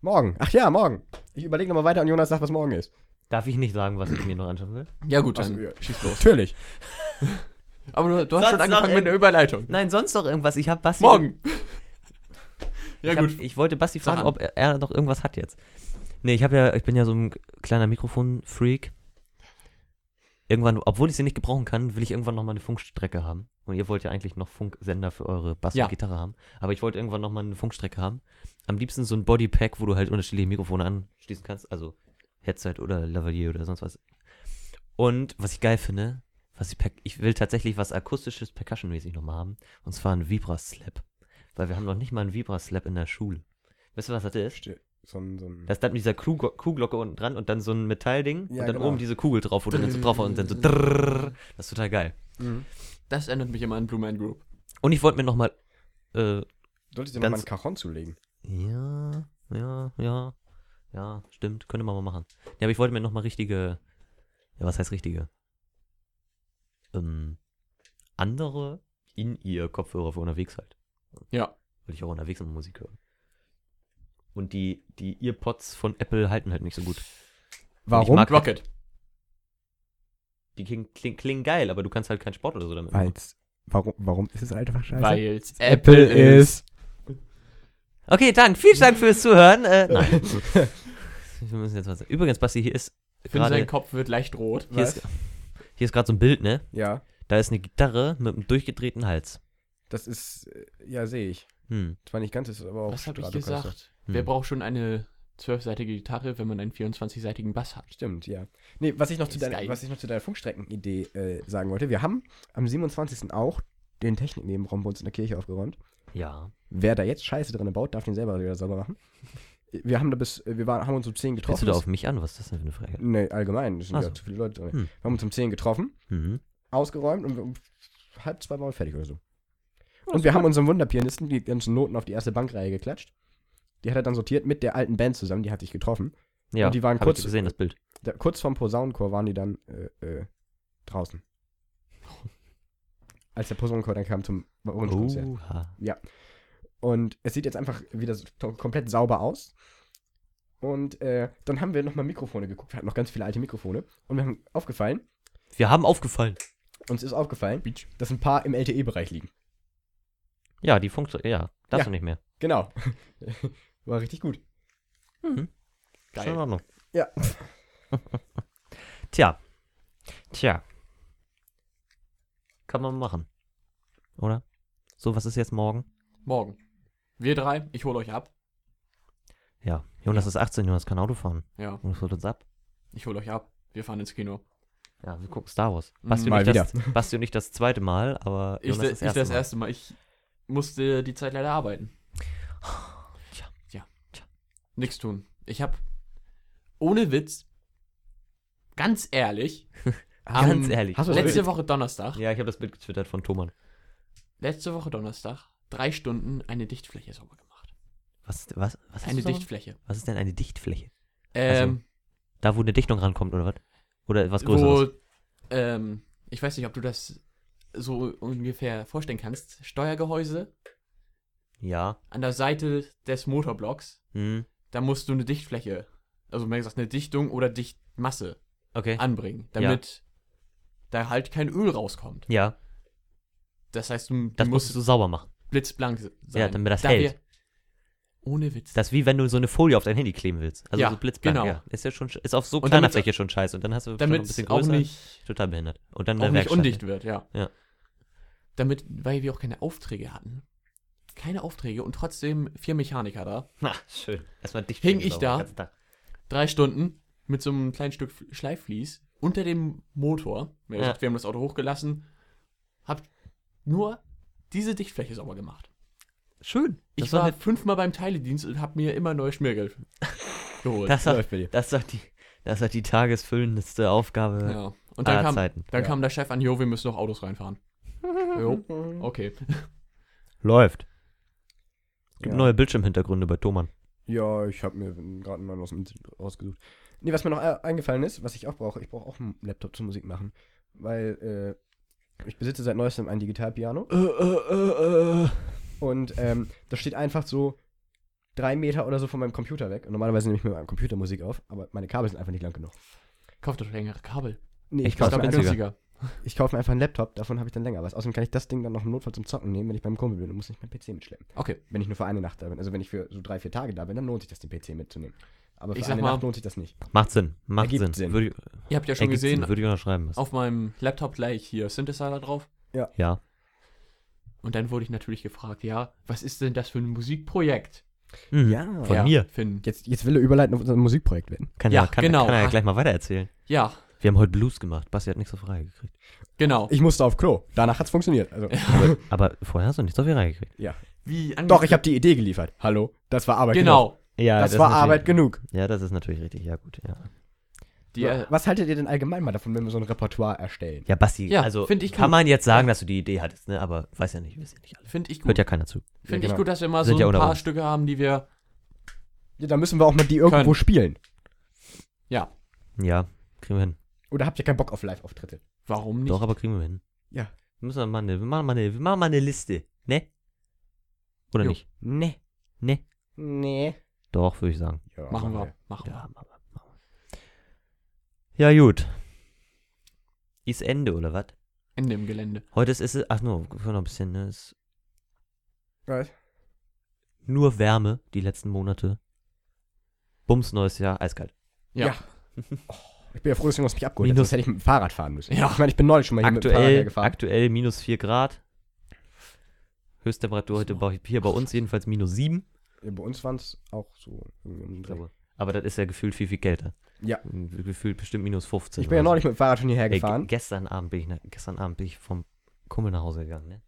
Morgen. Ach ja, morgen. Ich überlege nochmal weiter und Jonas sagt, was morgen ist. Darf ich nicht sagen, was ich mir noch anschauen will? Ja gut, Ach so, dann ja. schieß los. Natürlich. Aber du, du hast Sonst schon noch angefangen mit in- der Überleitung. Nein, sonst noch irgendwas. Ich habe Basti. Morgen. ja ich, gut. hab, ich wollte Basti Sag fragen, an. ob er, er noch irgendwas hat jetzt. Nee, ich habe ja, ich bin ja so ein kleiner Mikrofon-Freak. Irgendwann, obwohl ich sie nicht gebrauchen kann, will ich irgendwann nochmal eine Funkstrecke haben. Und ihr wollt ja eigentlich noch Funksender für eure Bass Ja. und Gitarre haben. Aber ich wollte irgendwann nochmal eine Funkstrecke haben. Am liebsten so ein Bodypack, wo du halt unterschiedliche Mikrofone anschließen kannst. Also Headset oder Lavalier oder sonst was. Und was ich geil finde, was ich, per- ich will tatsächlich was akustisches Percussion-mäßig nochmal haben. Und zwar ein Vibra-Slap. Weil wir haben noch nicht mal einen Vibra-Slap in der Schule. Wisst ihr, was das ist? Still. So ein, so ein Das ist dann mit dieser Kuh Kuhglocke unten dran und dann so ein Metallding Ja, und dann genau. oben diese Kugel drauf, wo du dann so drauf und dann so drrrr. Das ist total geil. mhm. Das erinnert mich immer an Blue Man Group. Und ich wollte mir nochmal, äh, Solltest du Ganz- nochmal einen Cajon zulegen? ja, ja, ja, ja, stimmt, könnte man mal machen. Ja, aber ich wollte mir nochmal richtige, ja, was heißt richtige? Ähm, andere in ihr Kopfhörer für unterwegs halt. Ja. Weil ich auch unterwegs immer Musik höre. Und die, die Earpods von Apple halten halt nicht so gut. Warum? mag- Rocket. Die klingen, klingen, klingen geil, aber du kannst halt keinen Sport oder so damit machen. Weil's, warum, warum ist es halt einfach Also, scheiße? Weil's Okay, dann vielen Dank fürs Zuhören. Äh, nein. Wir müssen jetzt was sagen. Übrigens, Basti, hier ist Ich finde, gerade sein Kopf wird leicht rot. hier ist, hier ist gerade so ein Bild, ne? Ja, Da ist eine Gitarre mit einem durchgedrehten Hals. das ist, äh, ja, sehe ich. Hm. Zwar nicht ganz, ist aber auch Was habe ich Stratocaster. gesagt? Wer Hm. braucht schon eine zwölfseitige Gitarre, wenn man einen 24-seitigen Bass hat? Stimmt, ja. Nee, was ich noch, zu Ist deiner, geil. was ich noch zu deiner Funkstreckenidee äh, sagen wollte, wir haben am 27. auch den Techniknebenraum bei uns in der Kirche aufgeräumt. Ja. Wer da jetzt Scheiße drin baut, darf den selber wieder sauber machen. Wir haben da bis, wir waren, haben uns um 10 Trittst getroffen. du da auf mich an? Was ist das denn für eine Frage? Nee, allgemein, es sind Ach ja so. zu viele Leute drin. Hm. Wir haben uns um 10 getroffen, Mhm. ausgeräumt und wir um halb zwei waren fertig oder so. Oh, Und wir haben unserem Wunderpianisten die ganzen Noten auf die erste Bankreihe geklatscht. Die hat er dann sortiert mit der alten Band zusammen, die hat sich getroffen. Ja, Und die waren hab kurz- Ich gesehen, das Bild. Da, kurz vorm Posaunenchor waren die dann äh, äh, draußen. Als der Posaunenchor dann kam zum Orangenkonzert. Oha. Und es sieht jetzt einfach wieder so to- komplett sauber aus. Und äh, dann haben wir nochmal Mikrofone geguckt. Wir hatten noch ganz viele alte Mikrofone. Und wir haben aufgefallen, Wir haben aufgefallen. uns ist aufgefallen, Beach. dass ein paar im LTE-Bereich liegen. Ja, die Funktion. Ja, darfst Ja. du nicht mehr. Genau. War richtig gut. Ist in Ordnung. Ja. Tja. Tja. Kann man machen. Oder? So, was ist jetzt morgen? Morgen. Wir drei, ich hole euch ab. Ja. Jonas ist 18, Jonas kann Auto fahren. Ja, Jonas holt uns ab. ich hole euch ab. Wir fahren ins Kino. Ja, wir gucken Star Wars. Mhm. Basti, und Mal ich Das, Basti und ich das zweite Mal, aber Ich, Jonas da- das ich erste das Mal. erste Mal. Ich musste die Zeit leider arbeiten. Tja. ja. Tja. Nix tun. Ich habe ohne Witz, ganz ehrlich, Ganz am- ehrlich. hast du- letzte Woche Donnerstag, ja, ich habe das Bild getwittert von Thomann. letzte Woche Donnerstag, drei Stunden eine Dichtfläche sauber gemacht. Was, was, was, hast Eine du da? Dichtfläche. was ist denn eine Dichtfläche? Ähm, Da, wo eine Dichtung rankommt, oder was? Oder was Größeres? wo, ähm, ich weiß nicht, ob du das so ungefähr vorstellen kannst. Steuergehäuse Ja. an der Seite des Motorblocks. Hm. da musst du eine Dichtfläche, also mehr gesagt eine Dichtung oder Dichtmasse Okay. anbringen, damit da halt kein Öl rauskommt. Ja, Das heißt, du, du das musstest musst du sauber machen. blitzblank se- sein. Ja, damit das Da hält. wir- ohne Witz. Das ist wie wenn du so eine Folie auf dein Handy kleben willst. Also Ja, so blitzblank. genau. Ja. Ist ja schon sch- ist auf so Und kleiner damit's- Fläche schon scheiße und dann hast du schon ein damit bisschen es auch größer. nicht, total behindert. Und dann auch eine nicht Werkstatt. undicht wird, ja. Ja. Damit, weil wir auch keine Aufträge hatten. Keine Aufträge und trotzdem vier Mechaniker da. Na, Ah, schön. Erstmal dicht. Hing ich da? Ganzen Tag. Drei Stunden mit so einem kleinen Stück F- Schleifflies unter dem Motor. Wie gesagt, Wir haben das Auto hochgelassen. Hab nur diese Dichtfläche sauber gemacht. Schön. Das Ich war war halt- fünfmal beim Teiledienst und habe mir immer neues Schmiergeld geholt. das war, Läuft bei dir. das war die das war die tagesfüllendste Aufgabe ja. Und aller dann, kam, Zeiten. dann Ja. kam der Chef an, jo, wir müssen noch Autos reinfahren. jo, okay. Läuft. Es gibt Ja. neue Bildschirmhintergründe bei Thomann. Ja, ich habe mir gerade einen neuen aus dem Internet rausgesucht. Nee, was mir noch e- eingefallen ist, was ich auch brauche, ich brauche auch einen Laptop zum Musik machen. Weil äh, ich besitze seit neuestem ein Digitalpiano. Und ähm, das steht einfach so drei Meter oder so von meinem Computer weg. Und normalerweise nehme ich mir mit meinem Computer Musik auf, aber meine Kabel sind einfach nicht lang genug. Kauft doch längere Kabel. Nee, Ich ich, glaub, kaufe da mir bin einfach, günstiger. ich kaufe mir einfach einen Laptop, davon habe ich dann länger was. Außerdem kann ich das Ding dann noch im Notfall zum Zocken nehmen, wenn ich beim Kumpel bin und muss nicht meinen PC mitschleppen. Okay, Wenn ich nur für eine Nacht da bin. Also wenn ich für so drei, vier Tage da bin, dann lohnt sich das, den PC mitzunehmen. Aber für Ich sag eine mal- Nacht lohnt sich das nicht. Macht Sinn. Macht Ergibt Sinn. Sinn. Würde ich, ihr habt ja schon ergibt Sinn. gesehen, Würde ich unterschreiben. Was. auf meinem Laptop gleich hier Synthesizer drauf. Ja. Und dann wurde ich natürlich gefragt, ja, was ist denn das für ein Musikprojekt? Mhm. Ja. Von mir. Finn. Jetzt, jetzt will er überleiten auf unser Musikprojekt werden. Kann, Ja, ja, kann, genau. kann er ja gleich mal weitererzählen. Ja, Wir haben heute Blues gemacht. Basti hat nichts zur Frage gekriegt. genau. Ich musste auf Klo. Danach hat's funktioniert. Also, Aber vorher hast du nichts auf die Reihe gekriegt. ja. Wie ange- Doch, ich habe die Idee geliefert. Hallo, das war Arbeit genug. Genau. Ja, Das, war Arbeit genug. Ja, das ist natürlich richtig. Ja, gut. Ja, Die, äh, Was haltet ihr denn allgemein mal davon, wenn wir so ein Repertoire erstellen? ja Basti, Ja, also find ich kann gut. man jetzt sagen, dass du die Idee hattest, ne? aber weiß ja nicht, wissen ja nicht alle. Finde ich gut. Hört ja keiner zu. Finde genau. ich gut, dass wir mal Sind so ja ein unter paar uns. Stücke haben, die wir, Ja, da müssen wir auch mal die irgendwo Können. spielen. ja, Ja, kriegen wir hin. Oder habt ihr keinen Bock auf Live-Auftritte? warum nicht? Doch, aber kriegen wir hin. Ja. Wir müssen mal eine, wir machen mal eine, wir machen mal eine Liste, ne? Oder Jo. nicht? Nee. Ne? Nee. Doch, würde ich sagen. Ja, Machen wir. Machen wir. Ja, machen wir, machen wir. ja gut. Ist Ende, oder was? Ende im Gelände. Heute ist es, ach no, wir können noch ein bisschen, ne? Ist Was? nur Wärme die letzten Monate. Bums neues Jahr, eiskalt. Ja. Ja. Ich bin ja froh, dass Jonas mich abgeholt hat. Minus- Sonst hätte ich mit dem Fahrrad fahren müssen. Ja. Ich meine, ich bin neulich schon mal hier mit dem Fahrrad Aktuell, hergefahren. aktuell minus 4 Grad. Höchsttemperatur heute bei, hier bei uns jedenfalls minus sieben. Ja, bei uns waren es auch so. irgendwie um den Dreh. Aber, aber das ist ja gefühlt viel, viel kälter. Ja. Gefühlt bestimmt minus 15. Ich bin ja oder so. neulich mit dem Fahrrad schon hierher Ey, ge- gefahren. gestern Abend bin ich, nach, gestern Abend bin ich vom Kumpel nach Hause gegangen, ne?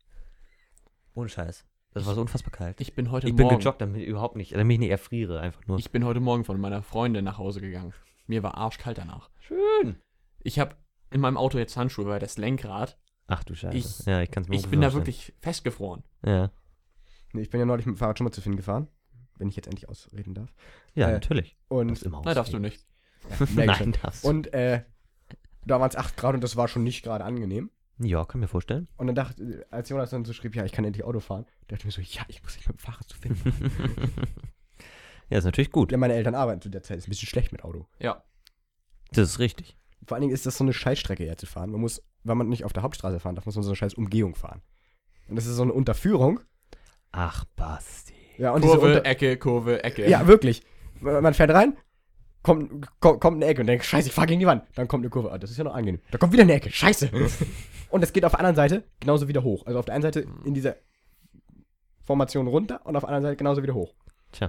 Ohne Scheiß. Das war so unfassbar kalt. Ich bin heute Ich bin Morgen. gejoggt, damit ich überhaupt nicht, damit ich nicht erfriere, einfach nur. Ich bin heute Morgen von meiner Freundin nach Hause gegangen. Mir war arschkalt danach. Schön. Ich habe in meinem Auto jetzt Handschuhe, weil das Lenkrad, Ach du Scheiße. Ich- ja, ich kann es mir ich gut bin da vorstellen. wirklich festgefroren. Ja, Nee, ich bin ja neulich mit dem Fahrrad schon mal zu Finn gefahren. Wenn ich jetzt endlich ausreden darf. ja Äh, natürlich. Und, Darfst immer Nein, darfst du ausreden. nicht. ja, merk schon. Nein, darfst du. und äh, da waren es 8 Grad und das war schon nicht gerade angenehm. ja, kann mir vorstellen. Und dann dachte, als Jonas dann so schrieb, ja, ich kann endlich Auto fahren, dachte ich mir so, ja, ich muss nicht mit dem Fahrrad zu Finn. fahren. Ja, ist natürlich gut. ja, meine Eltern arbeiten zu der Zeit, ist ein bisschen schlecht mit Auto. Ja, Das ist richtig. Vor allen Dingen ist das so eine Scheißstrecke her zu fahren. Man muss, wenn man nicht auf der Hauptstraße fahren darf, muss man so eine scheiß Umgehung fahren. Und das ist so eine Unterführung. Ach, Basti. Ja, und diese Kurve, Unter Ecke, Kurve, Ecke. ja, wirklich. Man man fährt rein, kommt, kommt, kommt eine Ecke und denkt, scheiße, ich fahr gegen die Wand. Dann kommt eine Kurve, ah, das ist ja noch angenehm. Da kommt wieder eine Ecke, scheiße. und es geht auf der anderen Seite genauso wieder hoch. Also auf der einen Seite in dieser Formation runter und auf der anderen Seite genauso wieder hoch.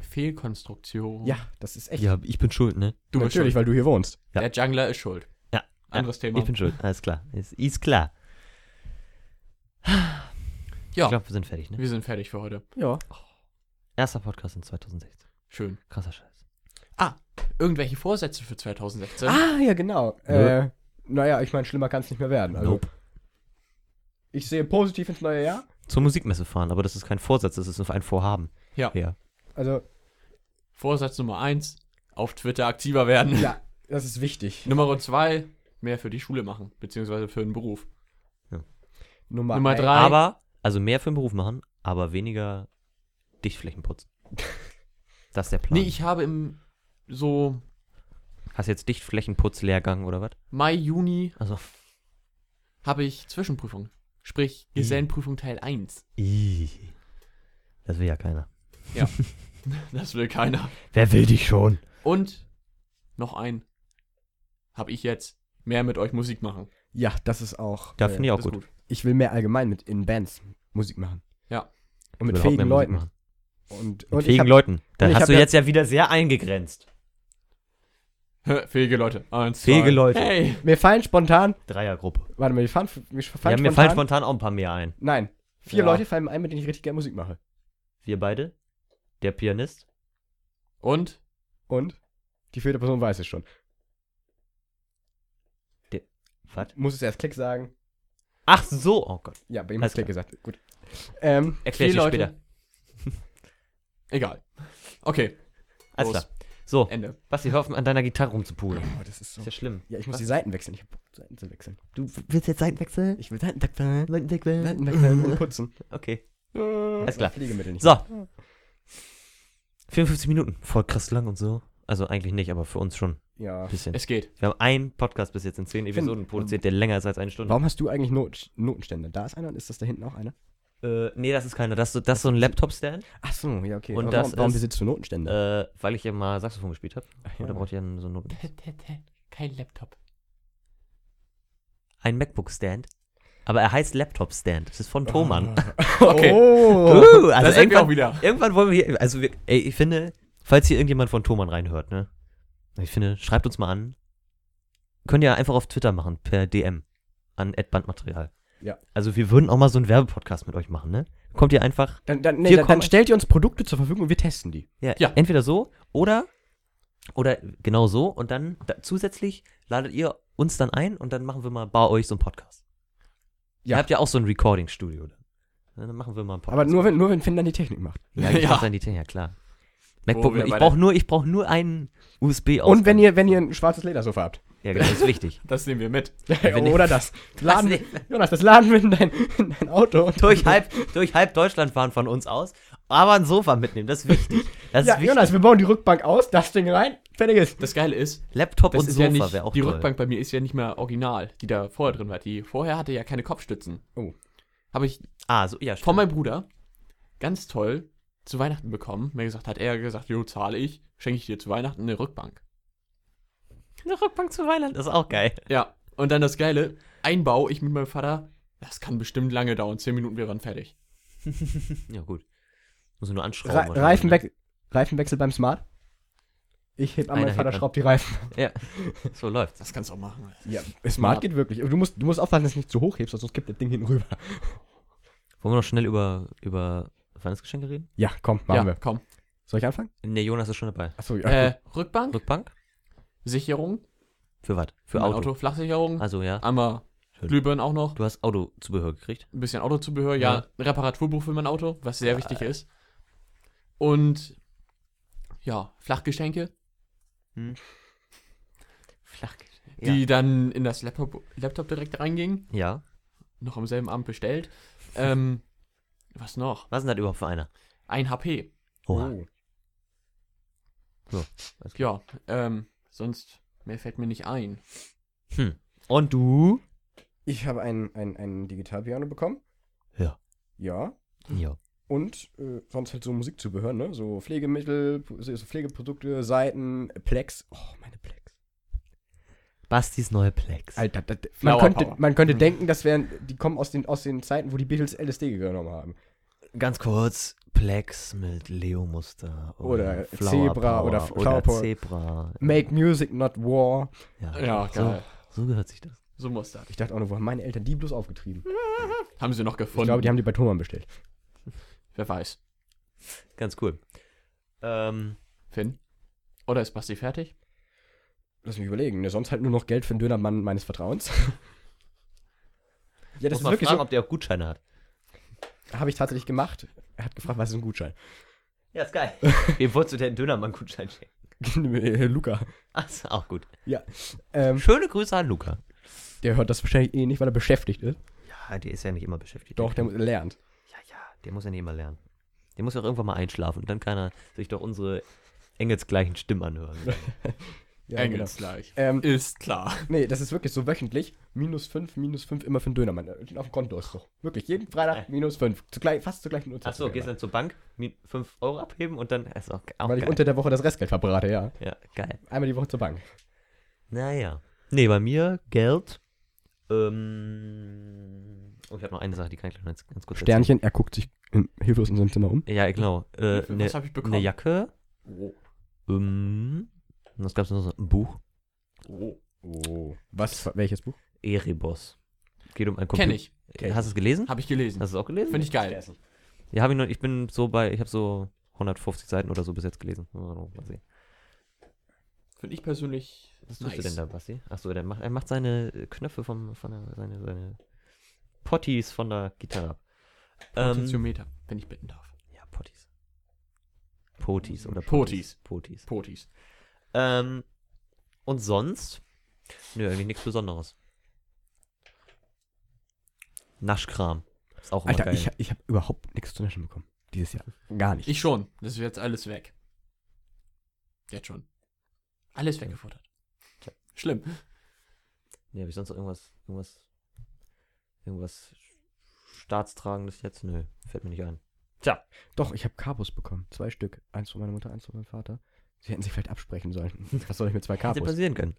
Fehlkonstruktion. Ja, das ist echt. Ja, ich bin schuld, ne? du bist Natürlich, schuld. weil du hier wohnst. Ja. Der Jungler ist schuld. Ja. Anderes Thema. Ich bin schuld, alles klar. Ist, ist klar. ja, Ich glaube, wir sind fertig, ne? wir sind fertig für heute. Ja. Erster Podcast in 2016. Schön. Krasser Scheiß. Irgendwelche Vorsätze für 2016? Ah, ja, genau. Ja. Äh, naja, ich meine, schlimmer kann es nicht mehr werden. Also, Nope. Ich sehe positiv ins neue Jahr. Zur Musikmesse fahren, aber das ist kein Vorsatz, das ist ein Vorhaben. Ja. ja. Also, Vorsatz Nummer 1, auf Twitter aktiver werden. ja, das ist wichtig. Nummer 2, mehr für die Schule machen, beziehungsweise für den Beruf. Nummer, Nummer ein- 3, Aber, also mehr für den Beruf machen, aber weniger Dichtflächen putzen. Das ist der Plan. nee, ich habe im so Hast jetzt Dichtflächenputzlehrgang oder was? Mai, Juni Also. habe ich Zwischenprüfung. Sprich, Gesellenprüfung Teil 1. Ih. Das will ja keiner. Das will keiner. Wer will dich schon? Und noch ein, habe ich jetzt, mehr mit euch Musik machen. Ja, das ist auch. Da äh, finde ich auch Das gut. ich will mehr allgemein mit in Bands Musik machen. Ja. Und Ich mit will auch mehr fähigen Musik Leuten. machen. Und, Mit und ich fähigen hab, Leuten. ich Dann hab hast du ja- jetzt ja wieder sehr eingegrenzt. Hä, Fähige Leute. Eins, Fähige zwei. Leute. Hey. mir fallen spontan, Dreiergruppe. warte mal, mir fallen, mir Ja, fallen mir fallen spontan, spontan auch ein paar mehr ein. nein, vier Ja. Leute fallen mir ein, mit denen ich richtig gerne Musik mache. Wir beide. Der Pianist. Und? Und die vierte Person weiß es schon. Was? Muss es erst Klick sagen. Ach so. Oh Gott. Ja, bei ihm Alles hat Klick gesagt. Gut. Ähm, Erklär ich vier dir Leute. später. Egal. Okay, Alles Los. klar. So, Äh. Ende. Basti, hör auf, an deiner Gitarre rumzupulen. oh, das ist so. Ist ja schlimm. Ja, ich muss Was? die Seiten wechseln. Ich hab Bock, Seiten zu wechseln. Du willst jetzt Seiten wechseln? Ich will Seiten wechseln. Seiten Seiten wechseln und putzen. Okay. Alles klar. Pflegemittel nicht. So. 54 Minuten. Voll krass lang und so. Also eigentlich nicht, aber für uns schon Ja. ein bisschen. Es geht. Wir haben einen Podcast bis jetzt in zehn Episoden produziert, der länger ist als eine Stunde. Warum hast du eigentlich Not Notenständer? Da ist einer und ist das da hinten auch einer? Äh, nee, das ist keiner. Das, ist so- das ist so ein Laptop-Stand, Ach so, ja, okay. Und Aber das warum, warum ist- besitzt du Notenständer? äh, weil ich ja mal Saxophon gespielt habe. Ach Und da ja. brauchte ich ja so einen, Kein Laptop. ein MacBook-Stand. Aber er heißt Laptop-Stand. Das ist von Thomann. Okay. Oh. Uh, Da also sind wir auch irgendwann, wieder. irgendwann wollen wir hier, also wir, ey, ich finde, falls hier irgendjemand von Thomann reinhört, ne? Ich finde, schreibt uns mal an. Könnt ihr einfach auf Twitter machen, per DM. An Adbandmaterial. Ja. Also wir würden auch mal so einen Werbepodcast mit euch machen, ne? Kommt ihr einfach, Dann, dann, nee, Wir dann, kommen- dann stellt ihr uns Produkte zur Verfügung und wir testen die. ja, Ja. entweder so oder, oder genau so und dann da, zusätzlich ladet ihr uns dann ein und dann machen wir mal bei euch so einen Podcast. Ja. Ihr habt ja auch so ein Recording-Studio. ne? Dann machen wir mal einen Podcast. Aber nur wenn, nur wenn Finn dann die Technik macht. Ja, ich ja. Dann die Technik, ja klar. MacBook, wir ich bei brauche nur, ich brauch nur einen USB aus. Und wenn ihr, wenn ihr ein schwarzes Ledersofa habt. Ja, genau, das ist wichtig. Das nehmen wir mit. wenn ihr- Oder das. Laden, Das Jonas, das laden wir in dein, in dein Auto. Und durch halb, durch halb Deutschland fahren von uns aus, aber ein Sofa mitnehmen, das ist wichtig. Das ja, ist wichtig. Jonas, wir bauen die Rückbank aus, das Ding rein, fertig ist. Das Geile ist, Laptop das und ist Sofa ja nicht, wäre auch die toll. Rückbank bei mir ist ja nicht mehr original, die da vorher drin war. Die vorher hatte ja keine Kopfstützen. Oh. Habe ich Ah, so, ja, von stimmt. meinem Bruder ganz toll zu Weihnachten bekommen. Mir gesagt hat er gesagt, jo, zahle ich, schenke ich dir zu Weihnachten eine Rückbank. Eine Rückbank zu Weiland, das ist auch geil. Ja, und dann das Geile, Einbau, ich mit meinem Vater, das kann bestimmt lange dauern, zehn Minuten wäre dann fertig. ja, gut. Muss ich nur anschrauben. Re wahrscheinlich, ne? Reifenwe Reifenwechsel beim Smart. Ich heb an, Einer mein Vater hebt an. schraubt die Reifen. Ja, so läuft's. Das kannst du auch machen. Ja, Smart geht wirklich. Aber Du musst, du musst aufpassen, dass du nicht zu hoch hebst, sonst kippt das Ding hinten rüber. Wollen wir noch schnell über, über Weihnachtsgeschenke reden? Ja, komm, machen ja, wir. komm. Soll ich anfangen? Ne, Jonas ist schon dabei. Achso, ja. Äh, Rückbank, Rückbank? Sicherung, Für was? Für mein Auto. Flachsicherung, Also ja. einmal Schön. Glühbirnen auch noch, Du hast Autozubehör gekriegt. ein bisschen Autozubehör, ja, ein Reparaturbuch für mein Auto, was sehr wichtig ist. Und ja, Flachgeschenke, Flach. Ja. die dann in das Laptop, Laptop direkt reingingen, ja. noch am selben Abend bestellt. Ähm, was noch? Was ist denn das überhaupt für einer? Ein HP. Oha. Oh. Ja, ähm, sonst mehr fällt mir nicht ein. Und du? Ich habe einen ein, ein Digitalpiano bekommen. Ja. Ja. Ja. Und äh, sonst halt so Musikzubehör, ne? So Pflegemittel, so so Pflegeprodukte, Seiten, Plex. Oh, meine Plex. Bastis neue Plex. Alter, das, das- Flower man, könnte, Power. man Hm. könnte Mhm. denken, das wären, die kommen aus den, aus den Zeiten, wo die Beatles LSD genommen haben. Ganz kurz, Plex mit Leo-Muster. Oder Zebra oder Power Flower Power. Zebra. Make music, not war. Ja, Ja, geil. So, so gehört sich das. So muss das. Ich dachte auch nur, wo haben meine Eltern die bloß aufgetrieben? Haben sie noch gefunden. Ich glaube, die haben die bei Thomann bestellt. Wer weiß. Ganz cool. Ähm, Finn? Oder ist Basti fertig? Lass mich überlegen. Ne? Sonst halt nur noch Geld für den Dönermann meines Vertrauens. ja, das muss ist mal wirklich fragen, ob der auch Gutscheine hat. so. Habe ich tatsächlich gemacht. Er hat gefragt, was ist ein Gutschein? Ja, ist geil. Wem wolltest du denn Dönermann Gutschein schenken? Äh, Luca. Ach, ist auch gut. Ähm, Schöne Grüße an Luca. der hört das wahrscheinlich eh nicht, weil er beschäftigt ist. Ja, der ist ja nicht immer beschäftigt. Doch, der mu- lernt. Ja, ja, der muss ja nicht immer lernen. Der muss ja auch irgendwann mal einschlafen und dann kann er sich doch unsere engelsgleichen Stimmen anhören. Ja, gleich. Genau. Ähm, Ist klar. nee, das ist wirklich so wöchentlich. Minus 5, minus 5 immer für den Dönermann. Äh, Auf dem Konto ist doch. Wirklich, jeden Freitag minus 5. Zu gleich, fast zur gleichen Uhrzeit. Achso, gehst dann zur Bank, 5 Euro abheben und dann ist auch, auch Weil ich geil. unter der Woche das Restgeld verbrate, ja. ja, geil. Einmal die Woche zur Bank. Naja. Nee, bei mir Geld. Ähm, oh, ich habe noch eine Sache, die kann ich gleich noch ganz, ganz kurz Sternchen, er guckt sich in, hilflos in seinem Zimmer um. erzählen. Ja, genau. Äh, was Eine habe ich ne bekommen? Jacke. Oh. Ähm, was gab's noch so? Ein Buch. Oh. Oh. Was? Welches Buch? Erebos. Geht um ein Computer. Äh, Kenn ich. Kenn ich. Hast du es gelesen? Habe ich gelesen. Hast du es auch gelesen? Finde ich geil. Ja, habe ich noch, ich bin so bei, ich habe so 150 Seiten oder so bis jetzt gelesen. Mal sehen. Finde ich persönlich Was tust du denn da, Basti? Achso, der macht, er macht seine äh, Knöpfe vom, von der, seine, seine Potties von der Gitarre ab. Ähm, Potentiometer, wenn ich bitten darf. ja, Potties. Potis oder Potis. Potis. Potis. Ähm, und sonst? Nö, eigentlich nichts Besonderes. Naschkram. Ist auch immer Alter, geil. ich, ich habe überhaupt nichts zu naschen bekommen. Dieses Jahr. Gar nicht. Ich schon. Das ist jetzt alles weg. Jetzt schon. Alles weggefuttert. Tja. Schlimm. Nee, habe ich sonst noch irgendwas, irgendwas, irgendwas staatstragendes jetzt? Nö, fällt mir nicht ein. Doch, ich habe Cabos bekommen. Zwei Stück. Eins von meiner Mutter, eins von meinem Vater. Sie hätten sich vielleicht absprechen sollen. Was soll ich mit zwei Hätte Cabos? passieren können.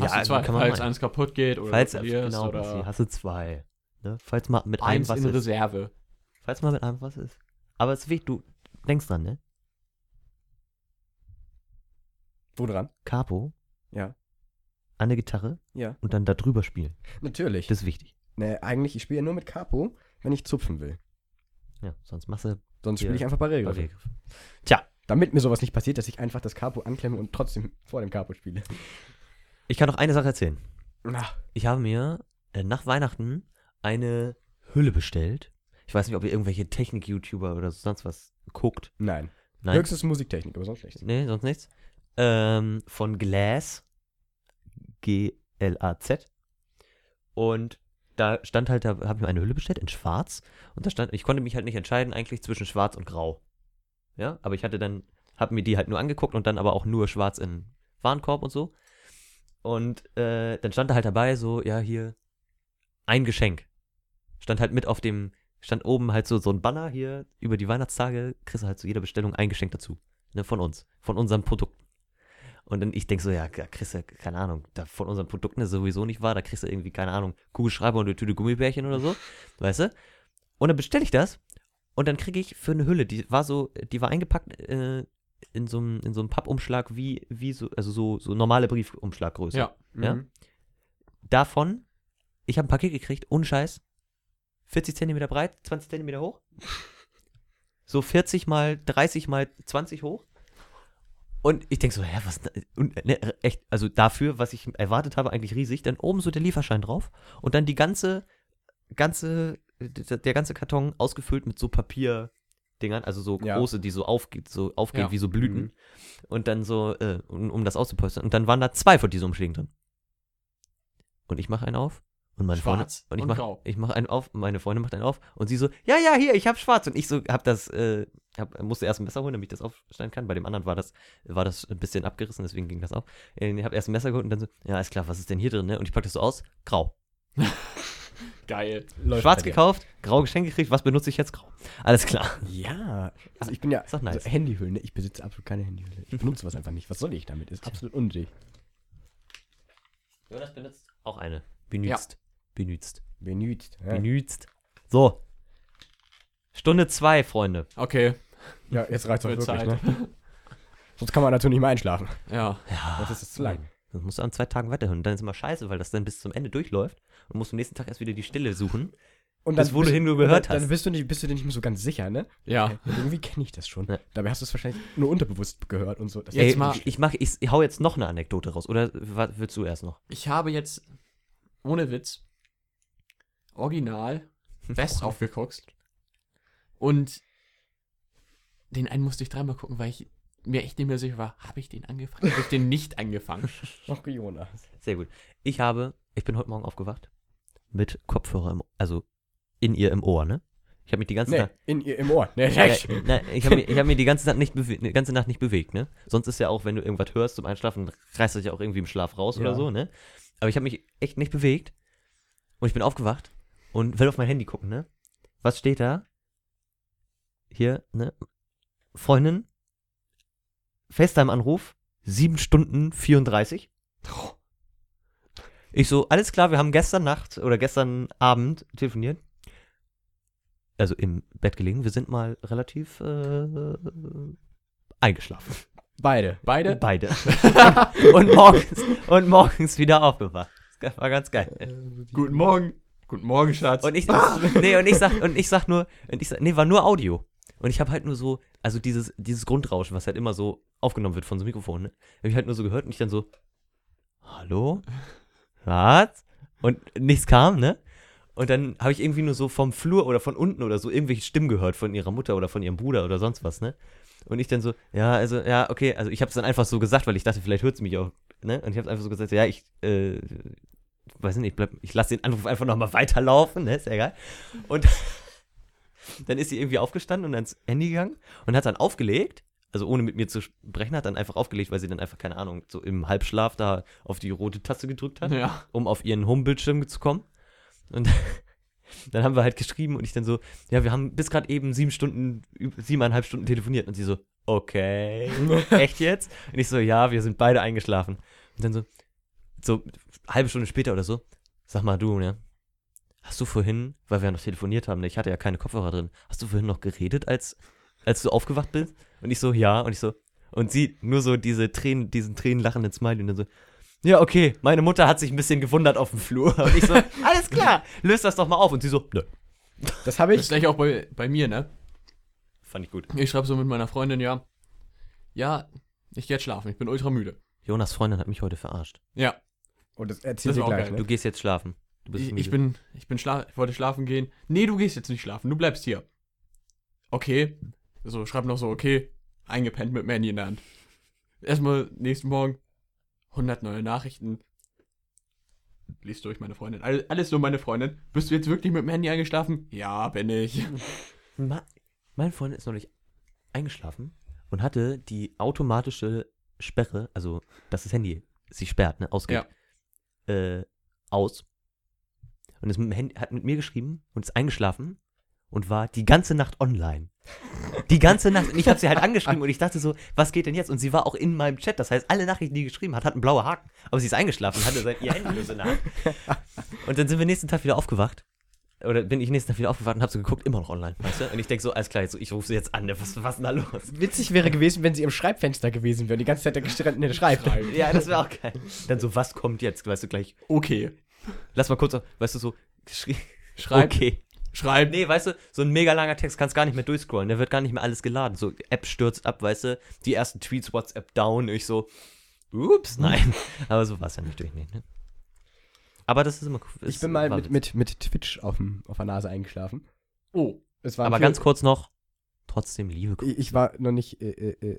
Hast also du zwei, falls meinen. eins kaputt geht oder falls, du verlierst genau, Basti, oder hast du zwei. Ne? Falls mal mit einem eins was in ist. Reserve. Falls mal mit einem was ist. Aber es ist wichtig, du denkst dran, ne? Wo dran? Capo. Ja. An der Gitarre. Ja. Und dann da drüber spielen. Natürlich. Das ist wichtig. ne, eigentlich, ich spiele ja nur mit Capo, wenn ich zupfen will. Ja, sonst machst du Sonst Ja. spiele ich einfach Barrieregriff. Barriergriff. Damit mir sowas nicht passiert, dass ich einfach das Capo anklemme und trotzdem vor dem Capo spiele. Ich kann noch eine Sache erzählen. Na, Ich habe mir äh, nach Weihnachten eine Hülle bestellt. Ich weiß nicht, ob ihr irgendwelche Technik-YouTuber oder sonst was guckt. nein. Nein. Höchstens Musiktechnik, aber sonst nichts. Nee, sonst nichts. Ähm, von Glass. G-L-A-Z. Und da stand halt, da habe ich mir eine Hülle bestellt in schwarz. Und da stand, ich konnte mich halt nicht entscheiden, eigentlich zwischen schwarz und grau. Ja, aber ich hatte dann, habe mir die halt nur angeguckt und dann aber auch nur schwarz in Warenkorb und so. Und äh, dann stand da halt dabei so, ja, hier ein Geschenk. Stand halt mit auf dem, stand oben halt so, so ein Banner hier über die Weihnachtstage, kriegst du halt zu jeder Bestellung ein Geschenk dazu ne, von uns, von unseren Produkten. Und dann ich denke so, ja, da kriegst du, keine Ahnung, da von unseren Produkten ist sowieso nicht wahr, da kriegst du irgendwie, keine Ahnung, Kugelschreiber und eine Tüte Gummibärchen oder so, weißt du? Und dann bestelle ich das Und dann kriege ich für eine Hülle, die war so, die war eingepackt äh, in so einem in so einem Pappumschlag wie, wie so, also so, so normale Briefumschlaggröße. Ja. Ja. Mhm. Davon, ich habe ein Paket gekriegt, ohne Scheiß, 40 Zentimeter breit, 20 Zentimeter hoch. So 40 mal 30 mal 20 hoch. Und ich denke so, hä, was, und, ne, echt, also dafür, was ich erwartet habe, eigentlich riesig. Dann oben so der Lieferschein drauf und dann die ganze, ganze, der, der ganze Karton ausgefüllt mit so Papierdingern, also so Ja. große, die so aufgeht, so aufgehen Ja. wie so Blüten. Und dann so, äh, um, um das auszupolstern. Und dann waren da zwei von diesen Umschlägen drin. Und ich mache einen auf. Und meine Schwarz Freundin. Und ich und mache grau. ich mach einen auf, meine Freundin macht einen auf. Und sie so, ja, ja, hier, ich hab schwarz. Und ich so, hab das, äh, hab, musste erst ein Messer holen, damit ich das aufschneiden kann. Bei dem anderen war das, war das ein bisschen abgerissen, deswegen ging das auf. Äh, Ich hab erst ein Messer geholt und dann so, ja, ist klar, was ist denn hier drin, ne? Und ich pack das so aus, grau. Geil. Läuft schwarz bei dir. gekauft, grau geschenkt gekriegt, was benutze ich jetzt? Grau. Alles klar. Ja, also ich bin ja Ist doch nice. also Handyhüllen. Ne? Ich besitze absolut keine Handyhülle. Ich benutze was einfach nicht. Was soll ich damit? Ist absolut unnötig. Jonas benutzt auch eine. Benützt. Benützt. Benützt. Ja. Benützt. So. Stunde zwei, Freunde. Okay, ja, jetzt reicht's auch wird wirklich. Zeit. Ne? Sonst kann man natürlich nicht mehr einschlafen. Ja. Das ist zu lang. Das musst du an zwei Tagen weiterhören. Dann ist immer scheiße, weil das dann bis zum Ende durchläuft und musst am nächsten Tag erst wieder die Stille suchen. Und Bis wohin du gehört dann, hast. Ah. Dann bist du, nicht, bist du dir nicht mehr so ganz sicher, ne? Ja. Irgendwie kenne ich das schon. Ja. Dabei hast du es wahrscheinlich nur unterbewusst gehört und so. Das Jetzt Ey, mal- ich, mach, ich, ich hau jetzt noch eine Anekdote raus. Oder wa- willst du erst noch? Ich habe jetzt, ohne Witz, original West aufgeguckt. Und den einen musste ich dreimal gucken, weil ich mir echt nicht mehr sicher war, habe ich den angefangen? Habe ich den nicht angefangen? noch Jonas. Sehr gut. Ich habe, ich bin heute Morgen aufgewacht mit Kopfhörer im, also in ihr im Ohr, ne? Ich habe mich die ganze Nee, Nacht. in, ihr- im Ohr. Nee, Äh, echt. nein, ich habe mir, ich hab mir die ganze Nacht nicht bewe- die ganze Nacht nicht bewegt, ne? Sonst ist ja auch, wenn du irgendwas hörst zum Einschlafen, reißt dich ja auch irgendwie im Schlaf raus oder Ja. so, ne? Aber ich habe mich echt nicht bewegt und ich bin aufgewacht und will auf mein Handy gucken, ne? Was steht da? Hier, ne? Freundin, FaceTime-Anruf, 7 Stunden 34. Ich so, alles klar, wir haben gestern Nacht oder gestern Abend telefoniert. Also im Bett gelegen. Wir sind mal relativ äh, eingeschlafen. Beide. Beide? Beide. und, morgens, und morgens wieder aufgewacht. Das war ganz geil. Guten Morgen. Guten Morgen, Schatz. Und ich, nee, und ich sag, und ich sag nur, und ich sag, nee, war nur Audio. Und ich habe halt nur so, also dieses, dieses Grundrauschen, was halt immer so aufgenommen wird von so Mikrofonen, ne? Habe ich halt nur so gehört und ich dann so, hallo? Was? Und nichts kam, ne? Und dann habe ich irgendwie nur so vom Flur oder von unten oder so irgendwelche Stimmen gehört von ihrer Mutter oder von ihrem Bruder oder sonst was, ne? Und ich dann so, ja, also, ja, okay, also ich habe es dann einfach so gesagt, weil ich dachte, vielleicht hört es mich auch, ne? Und ich habe einfach so gesagt, ja, ich, äh, weiß nicht, ich, bleib- ich lasse den Anruf einfach nochmal weiterlaufen, ne? Ist ja egal. Und dann ist sie irgendwie aufgestanden und ans Handy gegangen und hat dann aufgelegt, also ohne mit mir zu sprechen, hat dann einfach aufgelegt, weil sie dann einfach, keine Ahnung, so im Halbschlaf da auf die rote Taste gedrückt hat ja. um auf ihren Home-Bildschirm zu kommen. Und dann haben wir halt geschrieben und ich dann so, ja, wir haben bis gerade eben sieben Stunden, üb- siebeneinhalb Stunden telefoniert. Und sie so, okay, echt jetzt? Und ich so, ja, wir sind beide eingeschlafen. Und dann so, so halbe Stunde später oder so, sag mal du, ne? Hast du vorhin, weil wir ja noch telefoniert haben, ne, ich hatte ja keine Kopfhörer drin, hast du vorhin noch geredet, als, als du aufgewacht bist? Und ich so, ja. Und ich so, und sie nur so diese Tränen, diesen tränenlachenden Smiley und dann so, ja, okay, meine Mutter hat sich ein bisschen gewundert auf dem Flur. Und ich so, alles klar, löst das doch mal auf. Und sie so, nö, Das habe Das ich. ist gleich auch bei, bei mir, ne? fand ich gut. Ich schreibe so mit meiner Freundin, ja. Ja, ich gehe jetzt schlafen, ich bin ultra müde. Jonas Freundin hat mich heute verarscht. Ja, Und das erzähl Das dir war auch gleich, geil. ne? Du gehst jetzt schlafen. Du bist ich, müde. ich bin, ich bin schla ich wollte schlafen gehen. Nee, du gehst jetzt nicht schlafen, du bleibst hier. Okay. So, schreib noch so, okay. Eingepennt mit Mandy in der Hand. Erstmal nächsten Morgen 100 neue Nachrichten. Lies durch meine Freundin. All, alles nur meine Freundin. Bist du jetzt wirklich mit dem Handy eingeschlafen? Ja, bin ich. Ma mein Freund ist neulich eingeschlafen und hatte die automatische Sperre, also dass das Handy sich sperrt, ne, ausgeht, äh, aus. Und ist mit dem Handy, hat mit mir geschrieben und ist eingeschlafen und war die ganze Nacht online. Die ganze Nacht. Und ich habe sie halt angeschrieben und ich dachte so, was geht denn jetzt? Und sie war auch in meinem Chat. Das heißt, alle Nachrichten, die sie geschrieben hat, hatten blaue Haken. Aber sie ist eingeschlafen und hatte sein, ihr Handy nur so nah. Und dann sind wir nächsten Tag wieder aufgewacht. oder bin ich nächsten Tag wieder aufgewacht und habe so geguckt, immer noch online, weißt du? Und ich denke so, alles klar, jetzt, ich rufe sie jetzt an, ne, was, was ist denn da los? Witzig wäre gewesen, wenn sie im Schreibfenster gewesen wäre und die ganze Zeit da gestrandet ne, schreibt. Ja, das wäre auch geil. Dann so, was kommt jetzt, weißt du, gleich, Okay. lass mal kurz, auf- weißt du, so, geschrie, Schreib. okay. Schreib. Nee, weißt du, so ein mega langer Text kannst gar nicht mehr durchscrollen, der wird gar nicht mehr alles geladen. So, App stürzt ab, weißt du, die ersten Tweets, WhatsApp down, ich so, Mhm. ups, nein. Aber so war es ja natürlich nicht, ne? Aber das ist immer cool. Ich bin mal mit, mit, mit Twitch aufm, auf der Nase eingeschlafen. Oh. Es waren Aber vier- ganz kurz noch, trotzdem Liebe. Ich ich war noch nicht, äh, äh,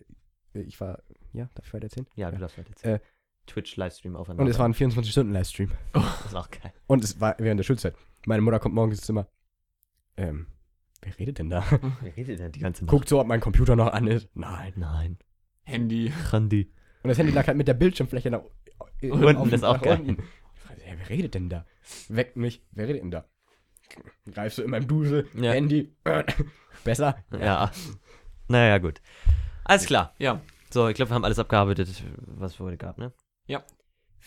äh, ich war, ja, darf ich weiter erzählen? Ja, du darfst weiter jetzt. Äh, Twitch-Livestream aufeinander. Und es war ein 24-Stunden-Livestream. Das ist auch geil. Und es war während der Schulzeit. Meine Mutter kommt morgens ins Zimmer. Ähm, wer redet denn da? Wer redet denn die ganze Nacht? Guckt so, ob mein Computer noch an ist. Nein. Nein. Handy. Randy. Und das Handy lag halt mit der Bildschirmfläche nach äh, Unten, auf- das ist auch nach geil. unten. Ich fragte, hey, wer redet denn da? Weckt mich, wer redet denn da? Greifst du in meinem Dusel, Ja. Handy, besser. Ja. Naja, gut. Alles klar. Ja. So, ich glaube, wir haben alles abgearbeitet, was es heute gab, ne? Ja.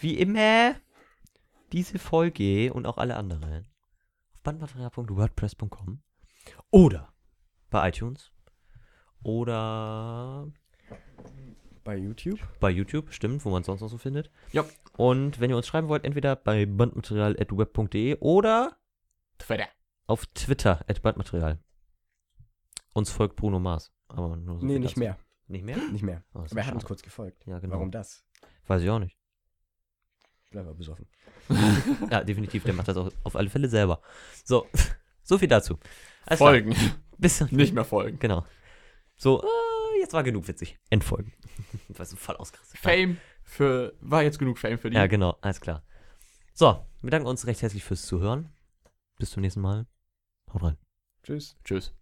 Wie immer, diese Folge und auch alle anderen auf bandmaterial.wordpress.com oder bei iTunes oder Bei YouTube? bei YouTube, stimmt, wo man es sonst noch so findet. Ja. Und wenn ihr uns schreiben wollt, entweder bei bandmaterial.web.de oder Twitter. auf Twitter, at Bandmaterial. Uns folgt Bruno Mars. Aber nur so nee, viel nicht dazu. mehr. Nicht mehr? Nicht mehr. Oh, ist Aber er hat schade. uns kurz gefolgt. Ja, genau. Warum das? Weiß ich auch nicht. Bleib mal besoffen. Ja, definitiv, der macht das auch auf alle Fälle selber. So, so viel dazu. Alles klar. Folgen. Bis Nicht mehr folgen. Genau. So, äh, jetzt war genug witzig. Endfolgen. Weißt du, voll ausgerastet. Fame für. War jetzt genug Fame für die. Ja, genau, alles klar. So, wir danken uns recht herzlich fürs Zuhören. Bis zum nächsten Mal. Haut rein. Tschüss. Tschüss.